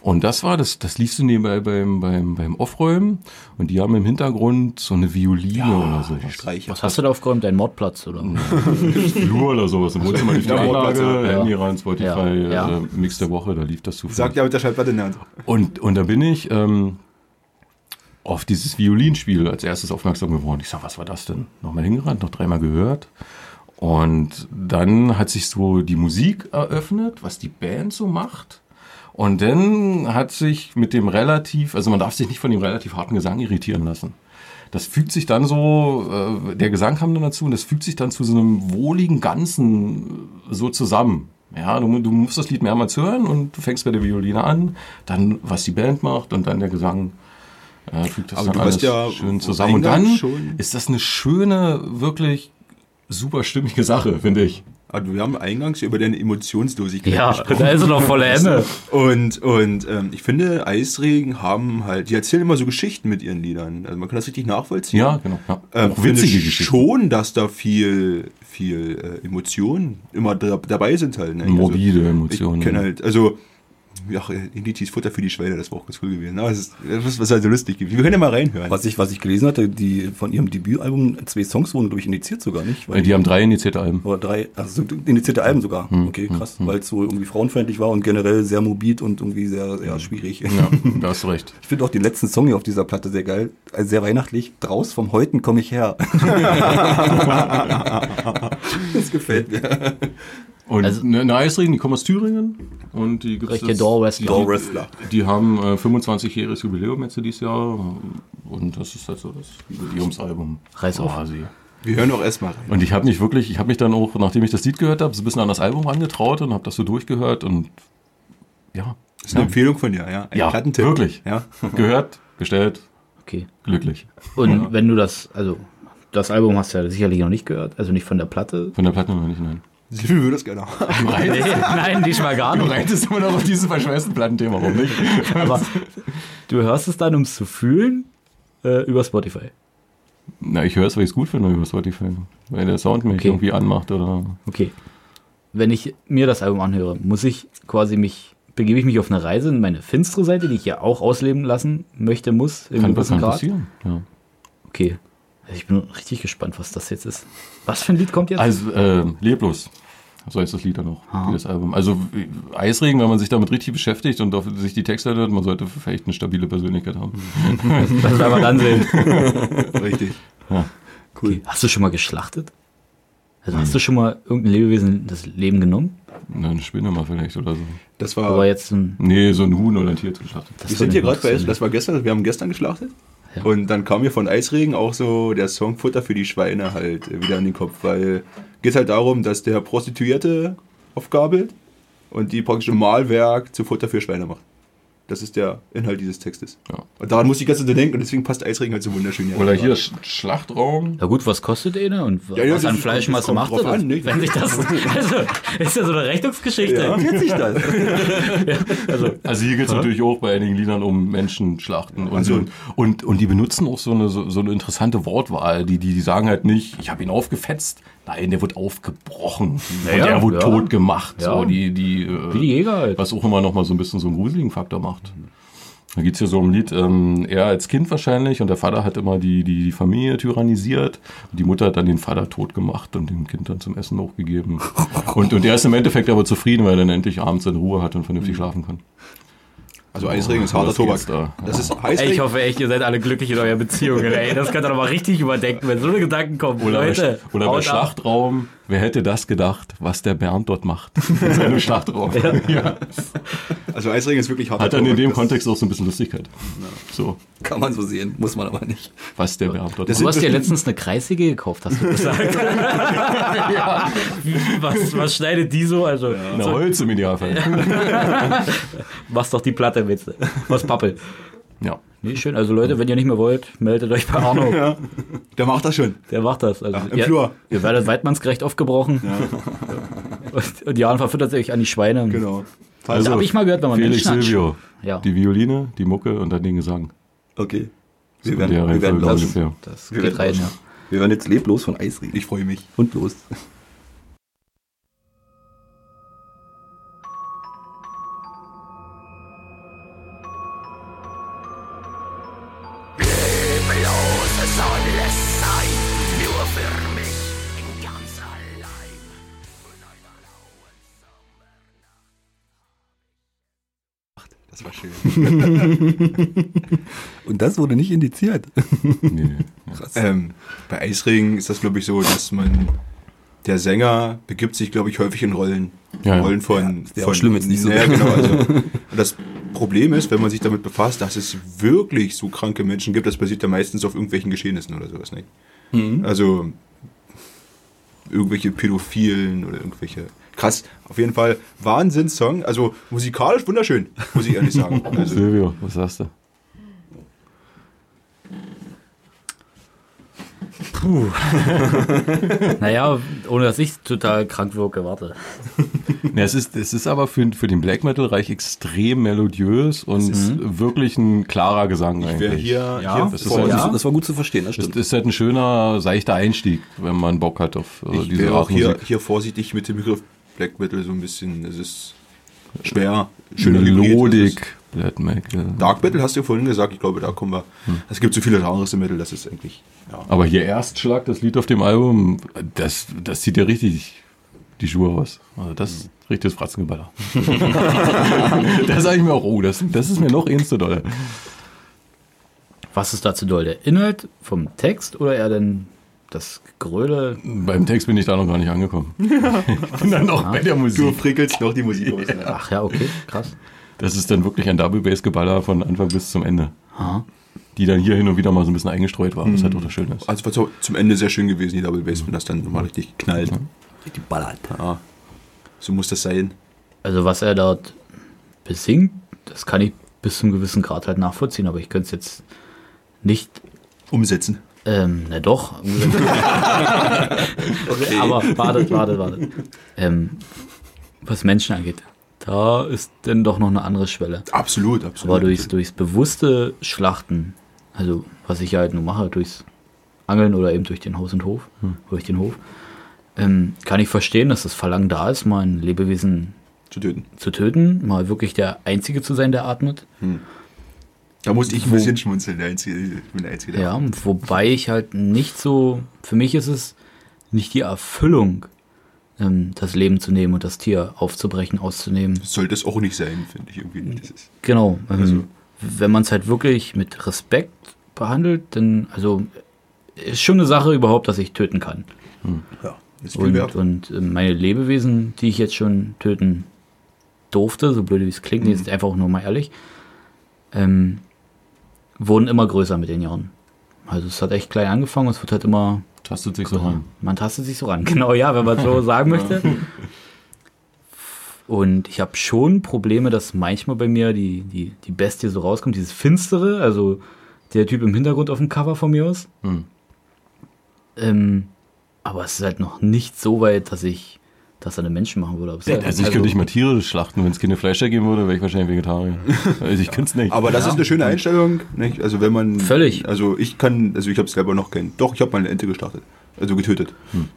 Und das war das, das liest du nebenbei beim, beim, beim Aufräumen und die haben im Hintergrund so eine Violine oder sowas. Streicher. Was hast du da aufgeräumt? Dein Mordplatz, oder? Flur oder sowas. Im Wohnzimmer lief die Ja, Anlage, ja. Handy ran, Spotify, Ja, ja. Äh, Mix der Woche, da lief das zufällig. Sagt ja mit der Schallplatte in der Hand. Und, und da bin ich ähm, auf dieses Violinspiel als erstes aufmerksam geworden. Ich sag, was war das denn? Nochmal hingerannt, noch dreimal gehört. Und dann hat sich so die Musik eröffnet, was die Band so macht. Und dann hat sich mit dem relativ, also man darf sich nicht von dem relativ harten Gesang irritieren lassen. Das fügt sich dann so, äh, der Gesang kam dann dazu und das fügt sich dann zu so einem wohligen Ganzen äh, so zusammen. Ja, du, du musst das Lied mehrmals hören und du fängst bei der Violine an, dann was die Band macht und dann der Gesang äh, fügt das Aber dann Also du alles warst ja schön zusammen. Und eingangs dann schon- ist das eine schöne, wirklich super stimmige Sache, finde ich. Ah, du, wir haben eingangs über deine Emotionslosigkeit Ja, gesprochen. da ist er noch voller Ende. Und, und ähm, ich finde, Eisregen haben halt, die erzählen immer so Geschichten mit ihren Liedern. Also man kann das richtig nachvollziehen. Ja, genau. Ja. Ähm, Auch witzige finde Geschichten. schon, dass da viel, viel äh, Emotionen immer dra- dabei sind halt. Ne? Morbide Also, Emotionen. ich kenne halt, also, ja, Inditis Futter für die Schwelle, das war auch ganz cool gewesen. Aber es ist, das ist was halt so lustig gibt. Wir können ja mal reinhören. Was ich, was ich gelesen hatte, die von ihrem Debütalbum, zwei Songs wurden, glaube ich, indiziert sogar, nicht? Die haben drei indizierte Alben. Oder drei, also indizierte Alben sogar. Hm, Okay, krass. Weil es so irgendwie frauenfeindlich war und generell sehr mobil und irgendwie sehr, ja, schwierig. Hm. Ja, da hast du recht. Ich finde auch den letzten Song hier auf dieser Platte sehr geil. Also sehr weihnachtlich. Draus vom Häuten komme ich her. das gefällt mir. Und Also- eine eine Eisregen, die kommen aus Thüringen und die gibt's Richtige jetzt- Door-Wrestler. die- Wrestler. Die haben äh, 25-jähriges Jubiläum jetzt dieses Jahr und das ist halt so das Jubiläumsalbum. Reiß auf. Quasi. Wir hören auch erstmal rein. Und ich habe mich wirklich, ich habe mich dann auch, nachdem ich das Lied gehört habe, so ein bisschen an das Album angetraut und habe das so durchgehört und ja, Das ist eine Empfehlung von dir, ja. Ein Ja, Plattentipp. wirklich. Ja. gehört, bestellt, Okay. glücklich. Und wenn du das, also das Album hast du ja sicherlich noch nicht gehört, also nicht von der Platte. Von der Platte noch nicht, nein. Wie würde das gerne haben? Du reitest, Nein, diesmal gar du nicht. reitest immer noch auf dieses verschwörsten Plattenthema rum, nicht? Aber du hörst es dann, um es zu fühlen, äh, über Spotify. Na, ich höre es, weil ich es gut finde über Spotify. Weil der Sound mich Okay. irgendwie anmacht oder Okay. Wenn ich mir das Album anhöre, muss ich quasi mich, begebe ich mich auf eine Reise in meine finstere Seite, die ich ja auch ausleben lassen möchte, muss, im kann, gewissen kann Grad. passieren. Ja. Okay. Also Ich bin richtig gespannt, was das jetzt ist. Was für ein Lied kommt jetzt? Also, äh, leblos. So heißt das Lied dann auch, Ah. wie das Album. Also wie- Eisregen, wenn man sich damit richtig beschäftigt und auf sich die Texte hört, man sollte vielleicht eine stabile Persönlichkeit haben. Mhm. das werden wir dann sehen. Richtig. Cool. Okay. Hast du schon mal geschlachtet? Also hast du schon mal irgendein Lebewesen das Leben genommen? Na, Eine Spinne mal vielleicht oder so. Das Aber war. jetzt ein, Nee, so ein Huhn oder ein Tier zu schlachten. Wir das würde sind hier mich gerade bei interessieren. Das war gestern, wir haben gestern geschlachtet. Ja. Und dann kam mir von Eisregen auch so der Song Futter für die Schweine halt äh, wieder in den Kopf, weil geht halt darum, dass der Prostituierte aufgabelt und die praktisch im Mahlwerk zu Futter für Schweine macht. Das ist der Inhalt dieses Textes. Ja. Und daran muss ich ganz denken und deswegen passt Eisregen halt so wunderschön. Oder hier Sch Schlachtraum. Na gut, was kostet eine und Ja, ja, was das an ist- Fleisch das was kommt macht drauf er? an, ne? Wenn sich das, also, ist ja so eine Rechnungsgeschichte. Ja. Jetzt sich das. Also hier geht es natürlich auch bei einigen Liedern um Menschenschlachten und, Also- und, und, und die benutzen auch so eine, so, so eine interessante Wortwahl. Die, die, die sagen halt nicht, ich habe ihn aufgefetzt. Nein, der wurde aufgebrochen. Naja, und er wurde ja. tot gemacht. Ja. So, die, die, äh, Wie die Jäger halt. Was auch immer noch mal so ein bisschen so einen gruseligen Faktor macht. Da geht's hier so um ein Lied, ähm, er als Kind wahrscheinlich und der Vater hat immer die, die, die Familie tyrannisiert. Und die Mutter hat dann den Vater tot gemacht und dem Kind dann zum Essen hochgegeben. Und, und er ist im Endeffekt aber zufrieden, weil er dann endlich abends in Ruhe hat und vernünftig schlafen kann. Mhm. Also Eisregen ist harter Was geht's Tobak. da? Das ist Ey, ich Eisregen. hoffe echt, ihr seid alle glücklich in eurer Beziehung. Ey, das könnt ihr doch mal richtig überdenken, wenn so eine Gedanken kommen. Oder, Leute, bei, oder haut bei ab. Schlachtraum, wer hätte das gedacht, was der Bernd dort macht in seinem Schlachtraum. Also Eisregen ist wirklich harter Hat dann in dem Das- Kontext auch so ein bisschen Lustigkeit. So, Kann man so sehen, muss man aber nicht. was der Bernd dort Du macht. hast dir letztens eine Kreissäge gekauft, hast du gesagt. ja. was, was schneidet die so? Also, Eine Holz im Idealfall. machst doch die Platte mit. Was Pappel. ja. Nee, schön. Also Leute, wenn ihr nicht mehr wollt, meldet euch bei Arno. Der macht das schon. Der macht das. Also, im ihr, Flur. ihr werdet weidmannsgerecht aufgebrochen. Und, und Jan verfüttert euch an die Schweine. Genau. Also, habe ich mal gehört, wenn man Felix Menschen Silvio. ansch- Ja. Die Violine, die Mucke und dann den Gesang. Okay. Wir In der werden, wir Reihenfolge werden lauschen. ungefähr. Das Wir Geht werden rein, lauschen. ja. Wir werden jetzt leblos von Eisregen. Ich freue mich. Und los. Leblose soll es sein, nur für mich ganz allein. Das war schön. Und das wurde nicht indiziert. Nee, nee. Ähm, bei Eisregen ist das, glaube ich, so, dass man. Der Sänger begibt sich, glaube ich, häufig in Rollen. Ja, ja. Rollen von. ja auch von schlimm jetzt nicht so. Ja, genau. Also, und das Problem ist, wenn man sich damit befasst, dass es wirklich so kranke Menschen gibt, das basiert ja meistens auf irgendwelchen Geschehnissen oder sowas, nicht? Mhm. Also, irgendwelche Pädophilen oder irgendwelche. Krass, auf jeden Fall Wahnsinnssong. Also, musikalisch wunderschön, muss ich ehrlich sagen. Also, Silvio, was sagst du? Naja, ohne dass ich total krank wirke, warte. Ja, es, ist, es ist aber für, für den Black Metal Reich extrem melodiös und wirklich ein klarer Gesang Mhm. ich eigentlich. wäre hier, Ja, hier das ist vor- halt- Ja. Das war gut zu verstehen, das Das stimmt. ist halt ein schöner, seichter Einstieg, wenn man Bock hat auf äh, Ich diese wäre auch Art hier, Musik. hier vorsichtig mit dem Begriff Black Metal so ein bisschen. Es ist schwer, schön reguliert, Melodik, Black es ist- Metal. Dark Metal hast du vorhin gesagt, ich glaube, da kommen wir. Es gibt so viele Genres im Metal, das ist eigentlich. Ja. Aber hier Erstschlag, das Lied auf dem Album, das, das sieht ja richtig die Schuhe aus. Also das Mhm. ist richtiges Fratzengeballer. da sage ich mir auch, oh, das, das ist mir noch eins zu doll. Was ist dazu doll? Der Inhalt vom Text oder eher denn das Gröle? Beim Text bin ich da noch gar nicht angekommen. ich bin dann auch bei der Du Musik. prickelst noch die Musik aus. ne? Ach ja, okay, krass. Das ist dann wirklich ein Double-Bass-Geballer von Anfang bis zum Ende. Die dann hier hin und wieder mal so ein bisschen eingestreut war, was halt auch das Schöne ist. Also war zu- zum Ende sehr schön gewesen, die Double Bass, wenn das dann nochmal richtig knallt. Die ballert. Ja. So muss das sein. Also was er dort besingt, das kann ich bis zum gewissen Grad halt nachvollziehen, aber ich könnte es jetzt nicht Umsetzen. Ähm, na doch. Aber wartet, wartet, wartet. Ähm, was Menschen angeht, da ist denn doch noch eine andere Schwelle. Absolut, absolut. Aber durchs, durchs bewusste Schlachten, also was ich ja halt nur mache, durchs Angeln oder eben durch den Haus und Hof, durch den Hof, ähm, kann ich verstehen, dass das Verlangen da ist, mal ein Lebewesen Zu töten. zu töten, mal wirklich der Einzige zu sein, der atmet. Da musste ich ein Wo- bisschen schmunzeln, der Einzige, ich bin der Einzige. der- Ja, wobei ich halt nicht so, für mich ist es nicht die Erfüllung, ähm, das Leben zu nehmen und das Tier aufzubrechen, auszunehmen. Sollte es auch nicht sein, finde ich irgendwie. Das ist, Genau. Ähm, Also- Wenn man es halt wirklich mit Respekt behandelt, dann, also ist schon eine Sache überhaupt, dass ich töten kann. ja, das ist viel Und, wert. und äh, meine Lebewesen, die ich jetzt schon töten durfte, so blöd wie es klingt, jetzt einfach nur mal ehrlich, ähm, wurden immer größer mit den Jahren. Also es hat echt klein angefangen, und es wird halt immer Tastet sich so rein. man tastet sich so ran, genau, ja, wenn man so sagen möchte. Und ich habe schon Probleme, dass manchmal bei mir die, die, die Bestie so rauskommt, dieses Finstere, also der Typ im Hintergrund auf dem Cover von mir aus. Hm. Ähm, aber es ist halt noch nicht so weit, dass ich das an den Menschen machen würde. Aber es ist halt- Also ich könnte nicht mal Tiere schlachten. Wenn es keine Fleischer geben würde, wäre ich wahrscheinlich Vegetarier. Also ich könnte es nicht. Aber das ist eine schöne Einstellung. Nicht? Also wenn man Völlig. Also ich kann, also ich habe selber noch kennen. Doch, ich habe mal eine Ente gestartet. Also getötet.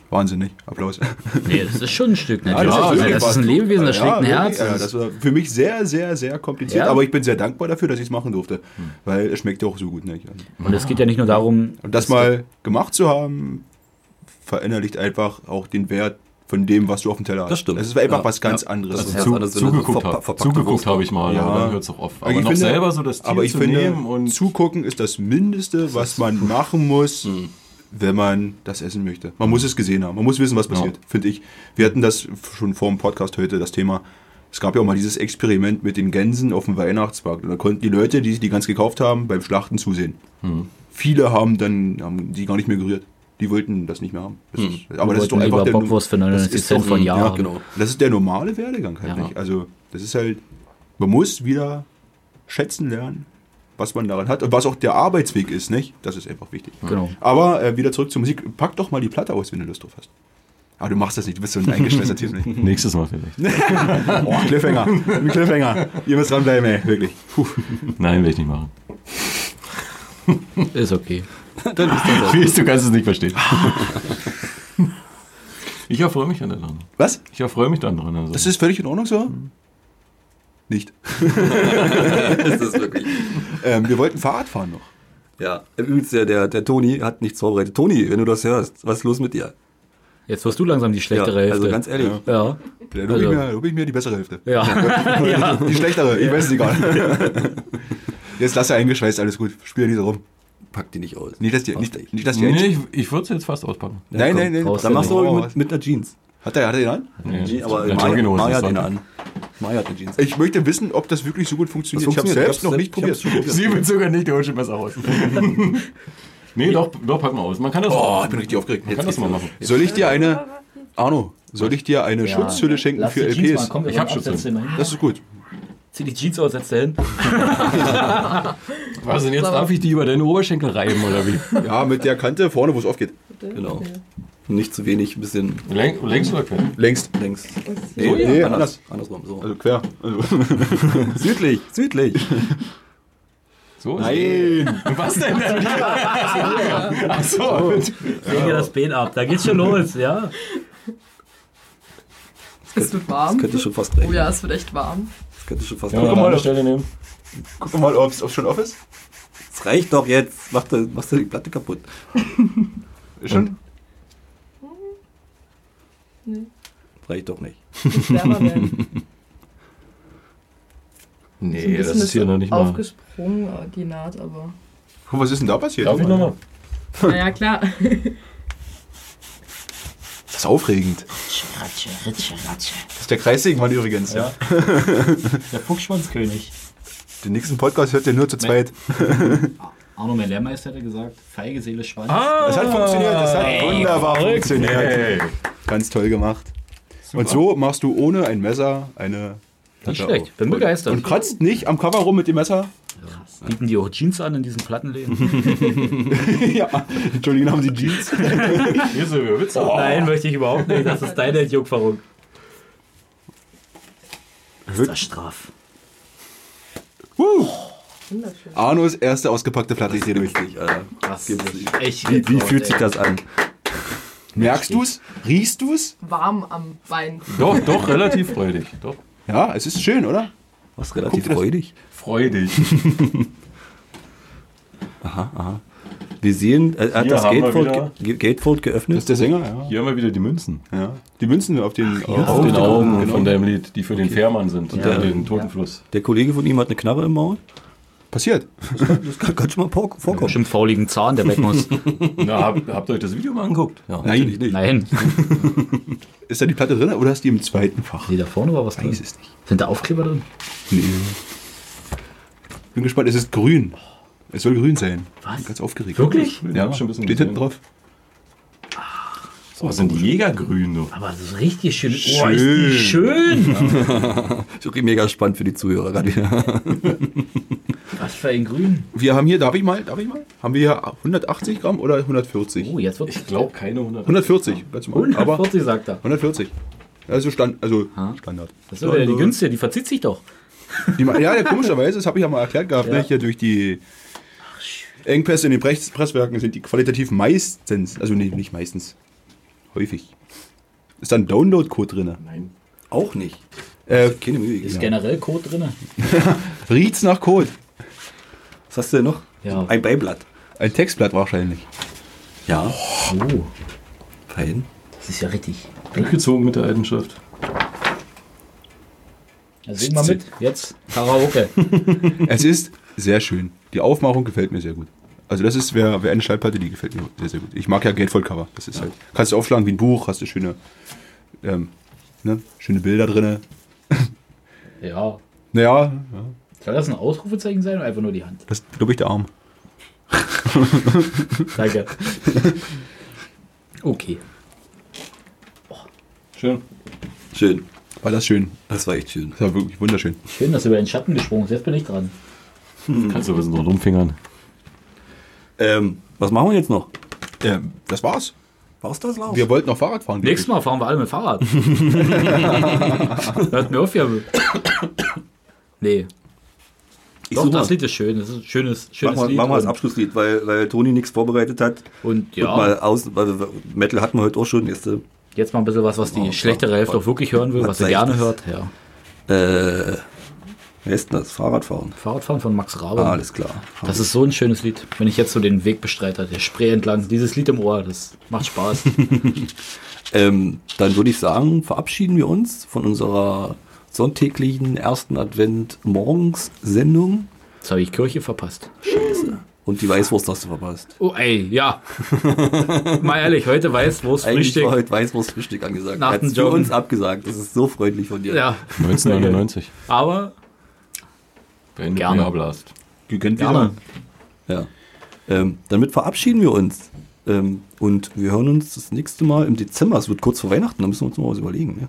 Wahnsinnig. Applaus. Nee, das ist schon ein Stück, natürlich. Also, das ist das, ist wirklich ein Lebewesen, das schlägt ein wirklich. Herz. Ja, das das ist- war für mich sehr, sehr, sehr kompliziert. Ja. Aber ich bin sehr dankbar dafür, dass ich es machen durfte. Weil es schmeckt ja auch so gut. Nicht? Also, Und es geht ja nicht nur darum, Und das mal gemacht zu haben, verinnerlicht einfach auch den Wert von dem, was du auf dem Teller hast. Das stimmt. Es ist einfach Ja. was ganz Ja. anderes. Das ist zu, alles in der zugeguckt ver- habe verpackte zugeguckt Wurst. habe ich mal, Ja. aber dann hört es auch auf. Aber ich noch finde- selber so das Tier aber ich zu finde, nehmen und zugucken ist das Mindeste, was man machen muss, Hm. wenn man das essen möchte. Man muss es gesehen haben. Man muss wissen, was passiert, finde ich. Wir hatten das schon vor dem Podcast heute, das Thema. Es gab ja auch mal dieses Experiment mit den Gänsen auf dem Weihnachtsmarkt. Und da konnten die Leute, die die Gans gekauft haben, beim Schlachten zusehen. Hm. Viele haben dann haben die gar nicht mehr gerührt. Die wollten das nicht mehr haben. Hm. Das ist, aber das ist doch wollten einfach der, lieber Bockwurst für 99 das ist Cent doch- von Jahr Ja, haben. genau. Das ist der normale Werdegang halt Ja. nicht. Also das ist halt, man muss wieder schätzen lernen, was man daran hat und was auch der Arbeitsweg ist, nicht? Das ist einfach wichtig. Genau. Aber äh, wieder zurück zur Musik. Pack doch mal die Platte aus, wenn du Lust drauf hast. Aber du machst das nicht, du bist so ein eingeschweißter Typ. Nicht? nächstes Mal vielleicht. Oh, Cliffhanger, ein Cliffhanger. Ihr müsst dranbleiben, ey, wirklich. Puh. Nein, will ich nicht machen. ist okay. Willst du kannst es nicht verstehen. Ich erfreue mich an der Lande. Was? Ich erfreue mich dann dran. Also. Das ist völlig in Ordnung so? Nicht. Das ist wirklich. Ähm, wir wollten Fahrrad fahren noch. Ja, im Übrigen, der, der, der Toni hat nichts vorbereitet. Toni, wenn du das hörst, was ist los mit dir? Jetzt wirst du langsam die Ja, schlechtere Hälfte. also ganz ehrlich. ja. Da lobe ich, Also. mir- lobe ich mir die bessere Hälfte. Ja. Die schlechtere, ich weiß es egal. Jetzt lass er eingeschweißt, alles gut. Spiel nicht so rum. Pack die nicht aus. Nicht, dass die, Brauchst nicht, nicht, dass die nee, ich, ich würde es jetzt fast auspacken. Ja, Nein, komm. nein, nein. Raus. Dann machst du Oh, aber was? mit, mit einer Jeans. Hat er, hat er den an? Nee, Jeans aber eine Maya, Jogginghose Maya ist hat eine heute. an. Maya hat eine Jeans. Ich möchte wissen, ob das wirklich so gut funktioniert. Das ich habe funktioniert. selbst noch nicht Ich hab's- ich probiert. hab's probiert. Sie will sogar nicht, der holt schon besser aus. nee, doch, doch, pack mal aus. Man kann das, Oh, man ich bin richtig aufgeregt. kann das mal machen. Soll ich dir eine, Arno, soll ich dir eine Schutzhülle schenken für LPs? Ich hab Schutz hin. Das ist gut. Zieh die Jeans aus, setz da hin. Was denn jetzt? Darf ich die über deine Oberschenkel reiben oder wie? Ja, mit der Kante vorne, wo es aufgeht. Genau. Nicht zu wenig, ein bisschen Lenk, längst oder quer? Längst. längs. So, ja. Nee, anders. Andersrum, so. Also quer. Also. südlich, südlich. So? Nein. Was denn? Achso. Drehen wir das Bein ab, da geht's schon los, ja. Es wird warm. Könnte schon fast reichen. Oh ja, es wird echt warm. Das könnte schon fast Ja, reichen. an der Stelle nehmen. Guck mal, ob es schon auf ist. Es reicht doch jetzt. Mach du, machst du die Platte kaputt. Schon? Reicht doch nicht. Wärmer werden. Nee, das ist hier noch nicht mal. Aufgesprungen, die Naht, aber. Guck, was ist denn da passiert? Darf ich nochmal? Naja, klar. Das ist aufregend. Das ist der Kreissägenmann übrigens. Ja. Der Fuchsschwanzkönig. Den nächsten Podcast hört ihr nur zu zweit. Arno, mein Lehrmeister hätte gesagt, feige Seele Schwanz. Das hat funktioniert. Das hat wunderbar funktioniert. Ganz toll gemacht. Und so machst du ohne ein Messer eine nicht schlecht, bin begeistert. Und kratzt nicht am Cover rum mit dem Messer? Bieten die auch Jeans an in diesen Plattenläden? ja. Entschuldigung, haben Sie Jeans? Hier sind wir Witze. Nein, möchte ich überhaupt nicht. Das ist deine Entjungferung. Das ist das straf. Arnos erste ausgepackte Platte, ich rede mit. Richtig, Alter. Das ist echt Wie, wie fühlt sich das an? Merkst du's? Riechst du's? Warm am Bein. Doch, doch, relativ freudig. Doch. Ja, es ist schön, oder? Was Guck relativ dir das- freudig. Freudig. Aha, aha. Wir sehen, äh, er hat Hier das haben wir Gatefold, wieder- ge- Gatefold Das geöffnet. ist der Sänger, ja. Hier haben wir wieder die Münzen. ja. Die Münzen auf den Auf den Augen genau. von deinem Lied, die für den Fährmann sind und Ja. den Totenfluss. Der Kollege von ihm hat eine Knarre im Maul. Passiert. Das kann, kann schon mal por- vorkommen. Bestimmt fauligen Zahn, der weg muss. Na, hab, habt ihr euch das Video mal angeguckt? Ja. Nein, nicht. Nein. Ist da die Platte drin oder ist die im zweiten Fach? Nee, da vorne war was drin. Weiß es nicht. Sind da Aufkleber drin? Nee. Bin gespannt, es ist grün. Es soll grün sein. Was? Bin Ganz aufgeregt. Wirklich? Ja, Ja, schon ein bisschen. Steht gesehen. hinten drauf. So, was sind die Jägergrün, du? Aber das ist richtig schön. Oh, Schön. ist die schön. Ist auch mega spannend für die Zuhörer gerade. Was für ein Grün. Wir haben hier, darf ich mal, darf ich mal? Haben wir hier 180 Gramm oder 140? Oh, jetzt wird Ich glaube keine 100. 140, ganz normal. Aber 140, sagt er. 140. Also, Stand, also Ha? Standard. Das ist aber die günstige, die verzieht sich doch. Die, ma- ja, ja, komischerweise, das habe ich ja mal erklärt gehabt, ne? hier durch die Engpässe in den Press Presswerken sind die qualitativ meistens, also nee, nicht meistens, häufig. Ist da ein Download-Code drin? Nein. Auch nicht. Äh, Keine Mühe. gegeben. Ist generell Code drin. riecht's nach Code? Was hast du denn noch? Ja. Ein Beiblatt. Ein Textblatt wahrscheinlich. Ja. Oh, Fein. das ist ja richtig. Durchgezogen mit der alten Schrift. Also singen wir mit. Jetzt Karaoke. es ist sehr schön. Die Aufmachung gefällt mir sehr gut. Also das ist, wer, wer eine Schallplatte, die gefällt mir sehr, sehr gut. Ich mag ja Gatefold-Cover. Das ist halt, kannst du aufschlagen wie ein Buch, hast du schöne, ähm, ne, schöne Bilder drin. ja. Naja, ja, Soll das ein Ausrufezeichen sein oder einfach nur die Hand? das glaube ich der Arm. Danke. Okay. Schön. Schön. War das schön. Das war echt schön. Das war wirklich wunderschön. Schön, dass du über den Schatten gesprungen bist. Jetzt bin ich dran. Kannst du ein bisschen so Mhm. rumfingern. Ähm, was machen wir jetzt noch? Ähm, das war's. War's das, Lauf? Wir wollten noch Fahrrad fahren. glaub ich. Nächstes Mal fahren wir alle mit Fahrrad. Hört mir auf, ja. Nee. ich Doch, such das mal. Lied ist schön. Das ist ein schönes, schönes Machen wir, Lied. machen wir das und- Abschlusslied, weil, weil Toni nichts vorbereitet hat. Und Guck ja, mal aus, weil wir- Metal hatten wir heute auch schon. Jetzt, äh, jetzt mal ein bisschen was, was die schlechtere Hälfte auch wirklich hören will, Was was sie sei gerne das? hört. Ja. wer ist denn das? Fahrradfahren. Fahrradfahren von Max Rabe. Ah, alles klar. das ist so ein schönes Lied. Wenn ich jetzt so den Weg bestreite, der Spree entlang, dieses Lied im Ohr, das macht Spaß. Ähm, dann würde ich sagen, verabschieden wir uns von unserer sonntäglichen ersten Advent-Morgens-Sendung. Jetzt habe ich Kirche verpasst. Und die Weißwurst hast du verpasst. Oh, ey, ja. mal ehrlich, heute weiß, wo es Eigentlich war Frühstück. heute Weißwurstfrühstück angesagt. Nach Hat's dem für Joggen. uns abgesagt. Das ist so freundlich von dir. Ja, 1999. aber Beendet Gerne. Mega Blast. Gegönnt gerne. Ja. Ähm, damit verabschieden wir uns. Ähm, und wir hören uns das nächste Mal im Dezember. Es wird kurz vor Weihnachten. Da müssen wir uns noch was überlegen. Ja.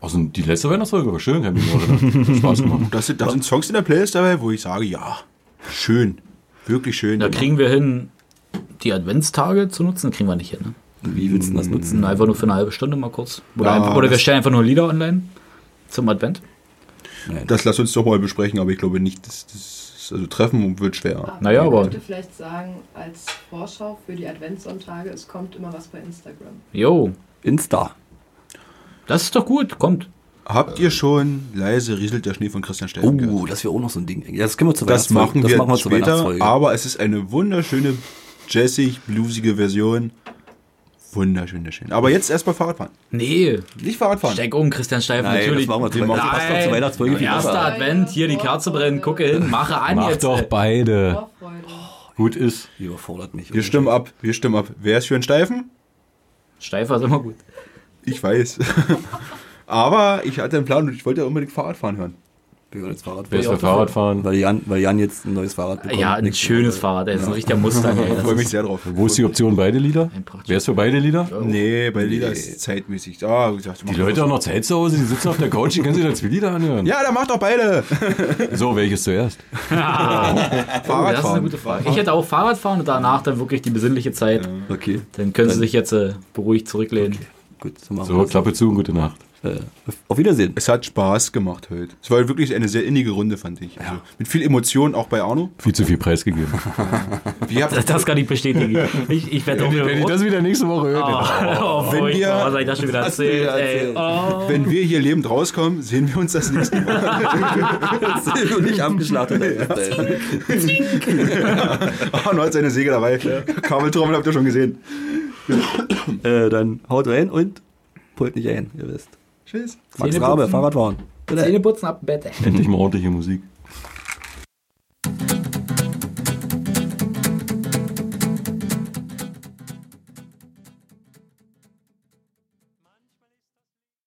Also die letzte Weihnachtsfolge war schön, kann ich mich noch erinnern. Hat Spaß gemacht. Das sind, das sind Songs in der Playlist dabei, wo ich sage, ja, schön. Wirklich schön. Da kriegen wir hin, die Adventstage zu nutzen, kriegen wir nicht hin. Ne? Wie willst du das nutzen? Einfach nur für eine halbe Stunde mal kurz. Oder, Ja, einfach, oder wir das- stellen einfach nur Lieder online zum Advent. das lass uns doch mal besprechen, aber ich glaube nicht, das, das also treffen wird schwer. Naja, aber- Ich möchte vielleicht sagen, als Vorschau für die Adventssonntage, es kommt immer was bei Instagram. Jo, Insta. das ist doch gut, kommt. Habt ihr schon leise rieselt der Schnee von Christian Oh, Steffen gehört? das wäre auch noch so ein Ding. Ja, das können wir zur genau. Das Weihnachtsfolge- machen das wir, machen wir zur später, Weihnachtsfolge. aber es ist eine wunderschöne, jazzig, bluesige Version. Wunderschön, wunderschön. Aber jetzt erstmal Fahrradfahren. Nee, Nicht Fahrradfahren. steig um, Christian Steif, Nein, natürlich. das machen wir zur Wir Weihnachtsfolge. machen- Das passt doch zur Weihnachtsfolge. viel Erster besser. Advent, hier die Kerze brennen, gucke hin, mache an Mach jetzt. äh, doch beide. Oh, Vorfreude. Gut ist. Die Überfordert mich. Wir stimmen ab, wir stimmen ab. Wer ist für einen Steifen? Steifer ist immer gut. Ich weiß. aber ich hatte einen Plan und ich wollte ja unbedingt Fahrradfahren hören. Wir hören jetzt Fahrrad. Wer ist für auch dafür. Fahrradfahren? Weil Jan, weil Jan jetzt ein neues Fahrrad bekommt. Ja, ein Nächste schönes Woche. Fahrrad, ey, das ist ein richtiger Mustang. Ey. Ich Das freue ist mich sehr drauf. Wo ist die Option beide Lieder? ein Prachtstück. Wer ist für beide Lieder? Nee, bei Lila ist zeitmäßig. Ah, wie gesagt, Die Leute haben noch Zeit zu Hause, die sitzen auf der Couch, die können sich das Lieder anhören. Ja, dann macht doch beide. So, welches zuerst? Oh, das ist eine gute Frage. Ich hätte auch Fahrrad fahren und danach dann wirklich die besinnliche Zeit. Okay, Dann können Sie sich jetzt äh, beruhigt zurücklehnen. gut. Dann machen So, Klappe zu und gute Nacht. Äh, auf Wiedersehen. Es hat Spaß gemacht heute. Es war wirklich eine sehr innige Runde, fand ich. Also, Mit viel Emotion, auch bei Arno. Viel zu viel preisgegeben. Wir Das, das kann ich bestätigen. Ich, ich werde auch wieder. Wenn ich das wieder nächste Woche höre, oh, oh, Wenn wenn wir- was hab ich das schon wieder hast du wieder erzählt? erzählt. Ey, oh. Wenn wir hier lebend rauskommen, sehen wir uns das nächste Mal. Und nicht abgeschlachtet. Arno hat seine Säge dabei. Kabeltrommel habt ihr schon gesehen. äh, dann haut rein und pullt nicht ein, ihr wisst. Tschüss. Max Zähne Rabe, putzen. Fahrradfahren. Zähneputzen ab dem Bett. endlich mal ordentliche Musik.